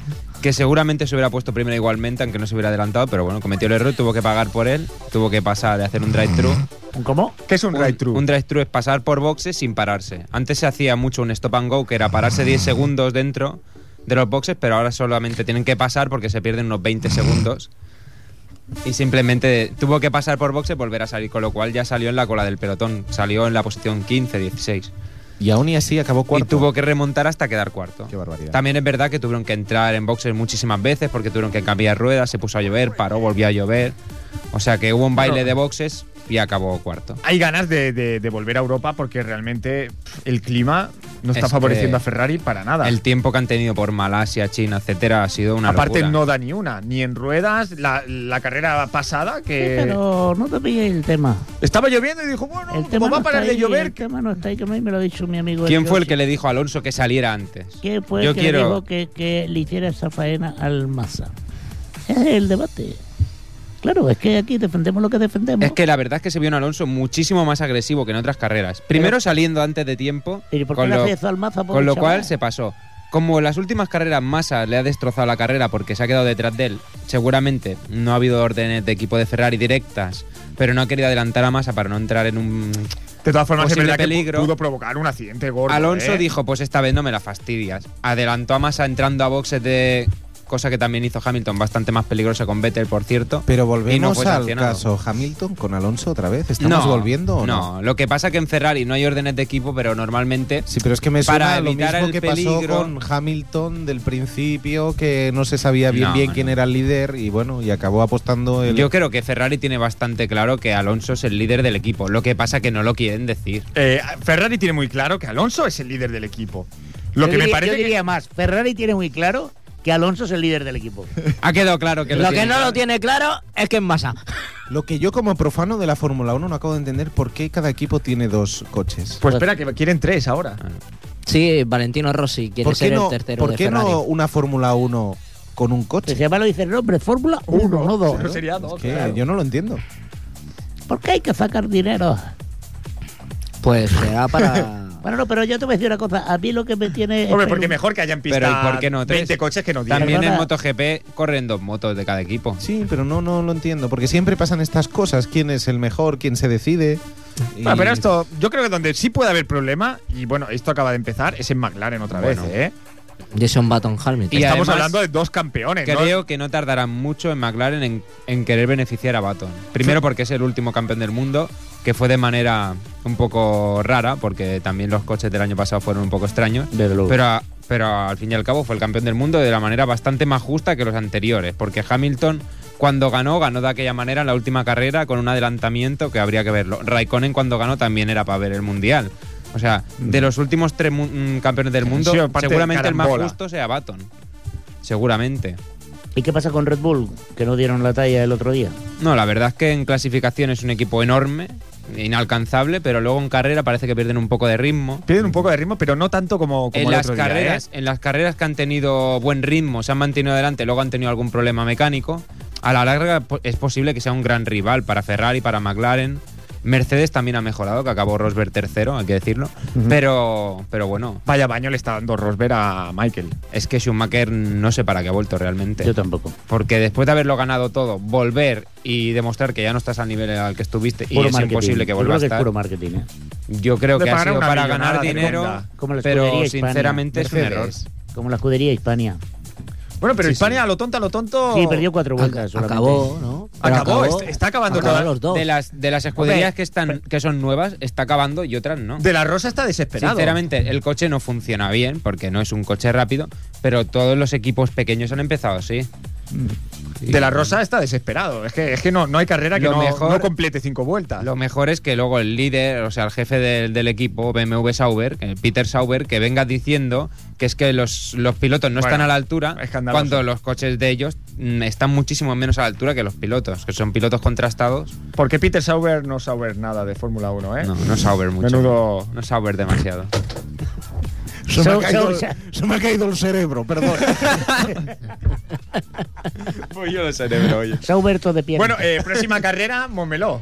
S4: Que seguramente se hubiera puesto primero igualmente, aunque no se hubiera adelantado, pero bueno, cometió el error, tuvo que pagar por él, tuvo que pasar de hacer un drive-thru.
S2: ¿Cómo?
S1: ¿Qué es un drive-thru?
S4: Un drive-thru es pasar por boxes sin pararse. Antes se hacía mucho un stop and go, que era pararse 10 segundos dentro de los boxes, pero ahora solamente tienen que pasar porque se pierden unos 20 segundos. Y simplemente tuvo que pasar por boxe y volver a salir, con lo cual ya salió en la cola del pelotón. Salió en la posición 15, 16.
S5: Y aún y así acabó cuarto.
S4: Y tuvo que remontar hasta quedar cuarto.
S5: Qué barbaridad.
S4: También es verdad que tuvieron que entrar en boxes muchísimas veces porque tuvieron que cambiar ruedas, se puso a llover, paró, volvió a llover. O sea que hubo un baile de boxes y acabó cuarto.
S1: Hay ganas de, de- de volver a Europa porque realmente pff, el clima no está
S4: Es
S1: favoreciendo
S4: que
S1: a Ferrari para nada.
S4: El tiempo que han tenido por Malasia, China, etcétera, ha sido una
S1: Aparte
S4: locura.
S1: no da ni una, ni en ruedas, la, la carrera pasada que
S2: Pero no te pille el tema.
S1: estaba lloviendo y dijo, bueno,
S2: El
S1: como
S2: tema
S1: pues va a
S2: no está
S1: parar de
S2: ahí,
S1: llover,
S2: El tema no está ahí, que me me lo ha dicho mi amigo.
S4: ¿Quién fue el
S2: Yoshi.
S4: que le dijo a Alonso que saliera antes?
S2: ¿Quién fue
S4: Yo
S2: el que
S4: quiero-
S2: le dijo que, que le hiciera esa faena al Massa? Ese es el debate. Claro, es que aquí defendemos lo que defendemos.
S4: Es que la verdad es que se vio un Alonso muchísimo más agresivo que en otras carreras. Primero saliendo antes de tiempo,
S2: ¿Y por qué
S4: con
S2: le
S4: lo,
S2: hace eso al Massa? pobre
S4: con lo
S2: chaval?
S4: cual se pasó. Como en las últimas carreras Massa le ha destrozado la carrera porque se ha quedado detrás de él, seguramente no ha habido órdenes de equipo de Ferrari directas, pero no ha querido adelantar a Massa para no entrar en un...
S1: de todas formas es
S4: Posible
S1: verdad
S4: peligro.
S1: que pudo provocar un accidente gordo.
S4: Alonso
S1: ¿eh?
S4: dijo, pues esta vez no me la fastidias. Adelantó a Massa entrando a boxes de... Cosa que también hizo Hamilton, bastante más peligrosa con Vettel, por cierto.
S5: Pero
S4: Y no
S5: volvemos
S4: fue
S5: al
S4: sancionado.
S5: caso Hamilton con Alonso otra vez. ¿Estamos volviendo o no?
S4: No, lo que pasa que en Ferrari no hay órdenes de equipo, pero normalmente
S5: Sí, pero es que me
S4: Para
S5: suena lo
S4: evitar
S5: mismo
S4: el
S5: que
S4: peligro.
S5: pasó con Hamilton del principio, que no se sabía bien
S4: No,
S5: bien
S4: no.
S5: quién era el líder y bueno, y acabó apostando el...
S4: yo creo que Ferrari tiene bastante claro que Alonso es el líder del equipo. Lo que pasa que no lo quieren decir.
S1: Eh, Ferrari tiene muy claro que Alonso es el líder del equipo. Lo
S2: Yo
S1: que me
S2: diría-
S1: parece
S2: Yo
S1: que-
S2: diría más, Ferrari tiene muy claro que Alonso es el líder del equipo.
S4: Ha quedado claro que
S3: Lo que
S4: tienen
S3: no
S4: claro.
S3: lo tiene claro es que es masa.
S5: Lo que yo como profano de la Fórmula 1 no acabo de entender por qué cada equipo tiene dos coches.
S1: Pues espera, que quieren tres ahora.
S3: Sí, Valentino Rossi quiere
S5: ¿Por qué
S3: ser
S5: no,
S3: el tercero
S5: por
S3: de
S5: qué
S3: Ferrari.
S5: no una Fórmula 1 con un
S2: Se
S5: coche?
S2: llama lo dice el nombre, Fórmula 1, no 2.
S1: Pues Pero sería dos.
S5: Es que
S1: claro.
S5: Yo no lo entiendo.
S2: ¿Por qué hay que sacar dinero?
S3: Pues será para...
S2: Bueno, no, pero yo te voy a decir una cosa. A mí lo que me tiene...
S1: Hombre,
S2: esta
S1: porque
S2: ilu-
S1: mejor que hayan pista
S4: Pero ¿y por qué no tres?
S1: 20 coches que no digan.
S4: También en
S2: Perdona.
S4: MotoGP corren dos motos de cada equipo.
S5: Sí, pero no, no lo entiendo, porque siempre pasan estas cosas, quién es el mejor, quién se decide. y-
S1: Bueno, pero esto, yo creo que donde sí puede haber problema, y bueno, esto acaba de empezar, es en McLaren otra
S4: Bueno.
S1: vez, ¿eh?
S3: Jason Button Hamilton.
S4: Y
S1: Estamos
S4: además,
S1: hablando de dos campeones, ¿no?
S4: Creo que no tardarán mucho en McLaren en, en querer beneficiar a Baton. Primero porque es el último campeón del mundo, que fue de manera un poco rara, porque también los coches del año pasado fueron un poco extraños.
S2: Desde luego.
S4: Pero, a- pero al fin y al cabo fue el campeón del mundo de la manera bastante más justa que los anteriores, porque Hamilton cuando ganó, ganó de aquella manera en la última carrera con un adelantamiento que habría que verlo. Raikkonen cuando ganó también era para ver el Mundial. O sea, de los últimos tres mu- mm, campeones del mundo,
S1: Sí, aparte
S4: seguramente el más
S1: carambola.
S4: justo sea Baton. Seguramente.
S2: ¿Y qué pasa con Red Bull? Que no dieron la talla el otro día.
S4: No, la verdad es que en clasificación es un equipo enorme, inalcanzable, pero luego en carrera parece que pierden un poco de ritmo.
S1: Pierden un poco de ritmo, pero no tanto como, como
S4: En
S1: el
S4: las,
S1: otro día,
S4: carreras,
S1: ¿eh?
S4: en las carreras que han tenido buen ritmo, se han mantenido adelante, luego han tenido algún problema mecánico. A la larga po- es posible que sea un gran rival para Ferrari, para McLaren. Mercedes también ha mejorado, que acabó Rosberg tercero, hay que decirlo. pero, pero bueno,
S1: Vaya baño le está dando Rosberg a Michael.
S4: es que Schumacher no sé para qué ha vuelto realmente.
S2: Yo tampoco.
S4: Porque después de haberlo ganado todo, volver y demostrar que ya no estás al nivel al que estuviste y
S2: Puro
S4: es
S2: marketing.
S4: imposible que
S2: Yo
S4: vuelvas a
S2: creo que es
S4: estar.
S2: puro marketing. ¿eh?
S4: Yo creo
S1: Le
S4: que ha
S1: pagaron
S4: sido
S1: una
S4: para
S1: millonada
S4: ganar
S1: de
S4: dinero,
S1: Honda.
S2: Como la escudería
S4: pero
S2: hispana,
S4: sinceramente es un error.
S5: Mercedes.
S2: Como la escudería Hispania.
S1: Bueno, pero
S2: Sí,
S1: Hispania, a lo tonto, a lo tonto.
S4: Oh.
S2: Sí, perdió cuatro vueltas. solamente.
S4: acabó, ¿no? Pero
S1: Acabó,
S4: acabó.
S1: est- está acabando
S4: Acabó
S1: todo.
S4: los dos. De las, de las escuderías que, están, que son nuevas, está acabando y otras no.
S1: De la Rosa está desesperado.
S4: Sinceramente, el coche no funciona bien porque no es un coche rápido, pero todos los equipos pequeños han empezado así.
S1: De la Rosa está desesperado. Es que, es que no, no hay carrera que
S4: Lo
S1: no,
S4: mejor-
S1: no complete cinco vueltas.
S4: Lo mejor es que luego el líder, o sea, el jefe del, del equipo, BMW Sauber, que- Peter Sauber, que venga diciendo que es que los, los pilotos no
S1: Bueno,
S4: están a la altura
S1: escandaloso.
S4: cuando los coches de ellos mm, están muchísimo menos a la altura que los pilotos, que son pilotos contrastados.
S1: Porque Peter Sauber no sabe nada de Fórmula 1, ¿eh?
S4: No, no Sauber mucho.
S1: Menudo.
S4: No Sauber demasiado.
S6: Se me,
S1: Son-
S6: ha caído,
S1: son-
S6: el- se me ha caído el cerebro, perdón.
S4: Pues yo lo cerebro, oye.
S2: Sauberto de pierna.
S1: Bueno, eh, próxima carrera, Momeló.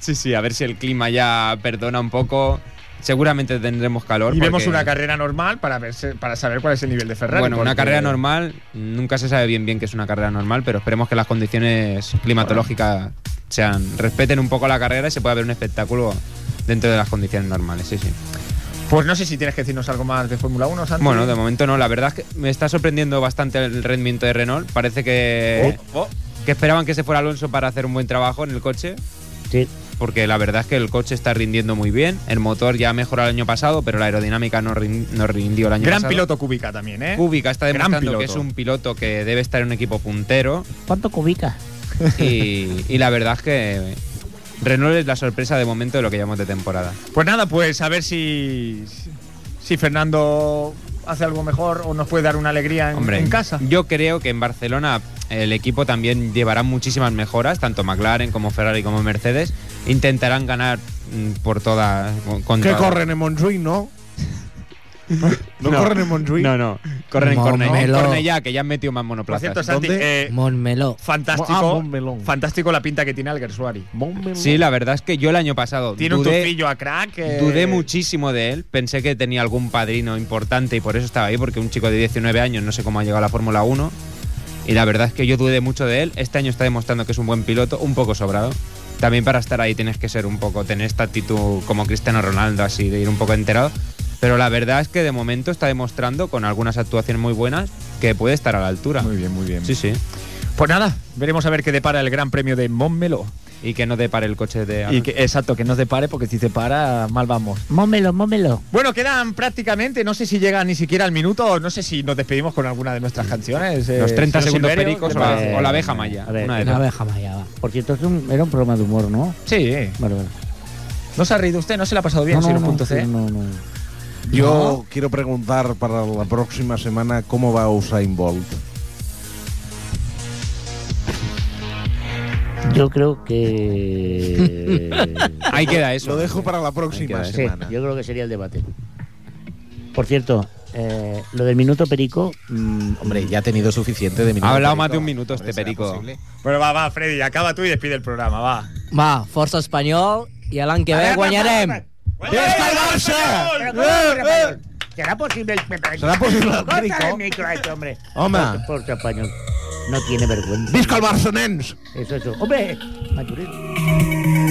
S4: Sí, sí, a ver si el clima ya perdona un poco. Seguramente tendremos calor.
S1: Y vemos
S4: porque-
S1: una carrera normal para, verse- para saber cuál es el nivel de Ferrari.
S4: Bueno, una
S1: porque-
S4: carrera normal, nunca se sabe bien bien que es una carrera normal, pero esperemos que las condiciones climatológicas sean respeten un poco la carrera y se pueda ver un espectáculo dentro de las condiciones normales, sí, sí.
S1: Pues no sé si tienes que decirnos algo más de Fórmula 1, Santi.
S4: Bueno, de momento no, la verdad es que me está sorprendiendo bastante el rendimiento de Renault, parece
S1: Oh. Eh,
S4: que, que esperaban que se fuera Alonso para hacer un buen trabajo en el coche,
S2: Sí.
S4: porque la verdad es que el coche está rindiendo muy bien, el motor ya mejoró el año pasado, pero la aerodinámica no, rin- no rindió el año
S1: Gran
S4: pasado.
S1: piloto Kubica también, ¿eh?
S4: Kubica está
S1: Gran
S4: demostrando que es
S1: piloto.
S4: un piloto que debe estar en un equipo puntero,
S2: ¿Cuánto cubica?
S4: y, y la verdad es que Renault es la sorpresa de momento de lo que llamamos de temporada.
S1: Pues nada, pues a ver si, si Fernando hace algo mejor o nos puede dar una alegría en,
S4: Hombre,
S1: en casa.
S4: yo creo que en Barcelona el equipo también llevará muchísimas mejoras, tanto McLaren como Ferrari como Mercedes. Intentarán ganar mm, por todas. con- con
S6: que
S4: todas.
S6: corren en Montjuic, ¿no? No, corren en Montjuic.
S4: No, no, corren en Corne- en
S3: Momelo.
S4: Cornellá, que ya han metido más
S1: Por
S4: monoplazas.
S1: cierto, Santi, eh,
S3: Montmeló.
S6: Ah,
S1: fantástico,
S6: Montmelón.
S1: fantástico la pinta que tiene Alguersuari.
S6: Montmelón.
S4: sí, la verdad es que yo el año pasado
S1: Tiene un
S4: dudé-
S1: tufillo a crack. eh,
S4: Dudé muchísimo de él, pensé que tenía algún padrino importante y por eso estaba ahí, porque un chico de 19 años no sé cómo ha llegado a la Fórmula 1. Y la verdad es que yo dudé mucho de él. Este año está demostrando que es un buen piloto, un poco sobrado. También para estar ahí tienes que ser un poco, tener esta actitud como Cristiano Ronaldo, así de ir un poco enterado. Pero la verdad es que de momento está demostrando, con algunas actuaciones muy buenas, que puede estar a la altura.
S7: Muy bien, muy bien.
S4: Sí, sí.
S1: Pues nada, veremos a ver qué depara el Gran Premio de Montmeló.
S4: Y que no depare el coche de...
S1: Y que, exacto, que nos depare, porque si se para, mal vamos.
S2: Mómelo, mómelo.
S1: Bueno, quedan prácticamente, no sé si llega ni siquiera al minuto, no sé si nos despedimos con alguna de nuestras canciones. eh,
S4: Los 30
S1: señor
S4: segundos
S1: Silverio,
S4: pericos
S1: ¿te
S4: o la,
S1: parece?
S4: o la abeja maya.
S2: Eh, A ver,
S4: una de
S3: Una
S4: dos.
S3: abeja mallaba.
S2: Por cierto, es un- era un programa de humor, ¿no?
S1: Sí,
S2: Vale, vale.
S1: no se ha reído usted, no se le ha pasado bien,
S2: no,
S1: si
S2: no,
S1: no,
S2: no,
S1: punto C.
S2: sí, no, no.
S6: Yo quiero preguntar para la próxima semana cómo va Usain Bolt.
S2: Yo creo que.
S4: Ahí queda eso.
S6: Lo dejo para la próxima
S2: Sí,
S6: semana.
S2: yo creo que sería el debate. Por cierto, eh, lo del minuto perico. mm,
S5: Hombre, ya ha tenido suficiente de minutos.
S4: Ha hablado más
S5: Perico.
S4: de un minuto este
S5: Hombre, ¿será
S4: perico.
S5: posible?
S1: Bueno, va, va, Freddy, acaba tú y despide el programa, va.
S3: Va, Força Espanyol i a l'any que ve guanyarem.
S1: ¡Fiesta el Barça!
S2: ¿Será posible el
S6: ¡Eh, ¿Será posible el
S2: Corta
S6: perico?
S2: micro a este hombre.
S6: Home.
S2: Por por español. No tiene vergüenza.
S6: Visca el Barça, nens!
S2: Eso, eso. Hombre, maturín.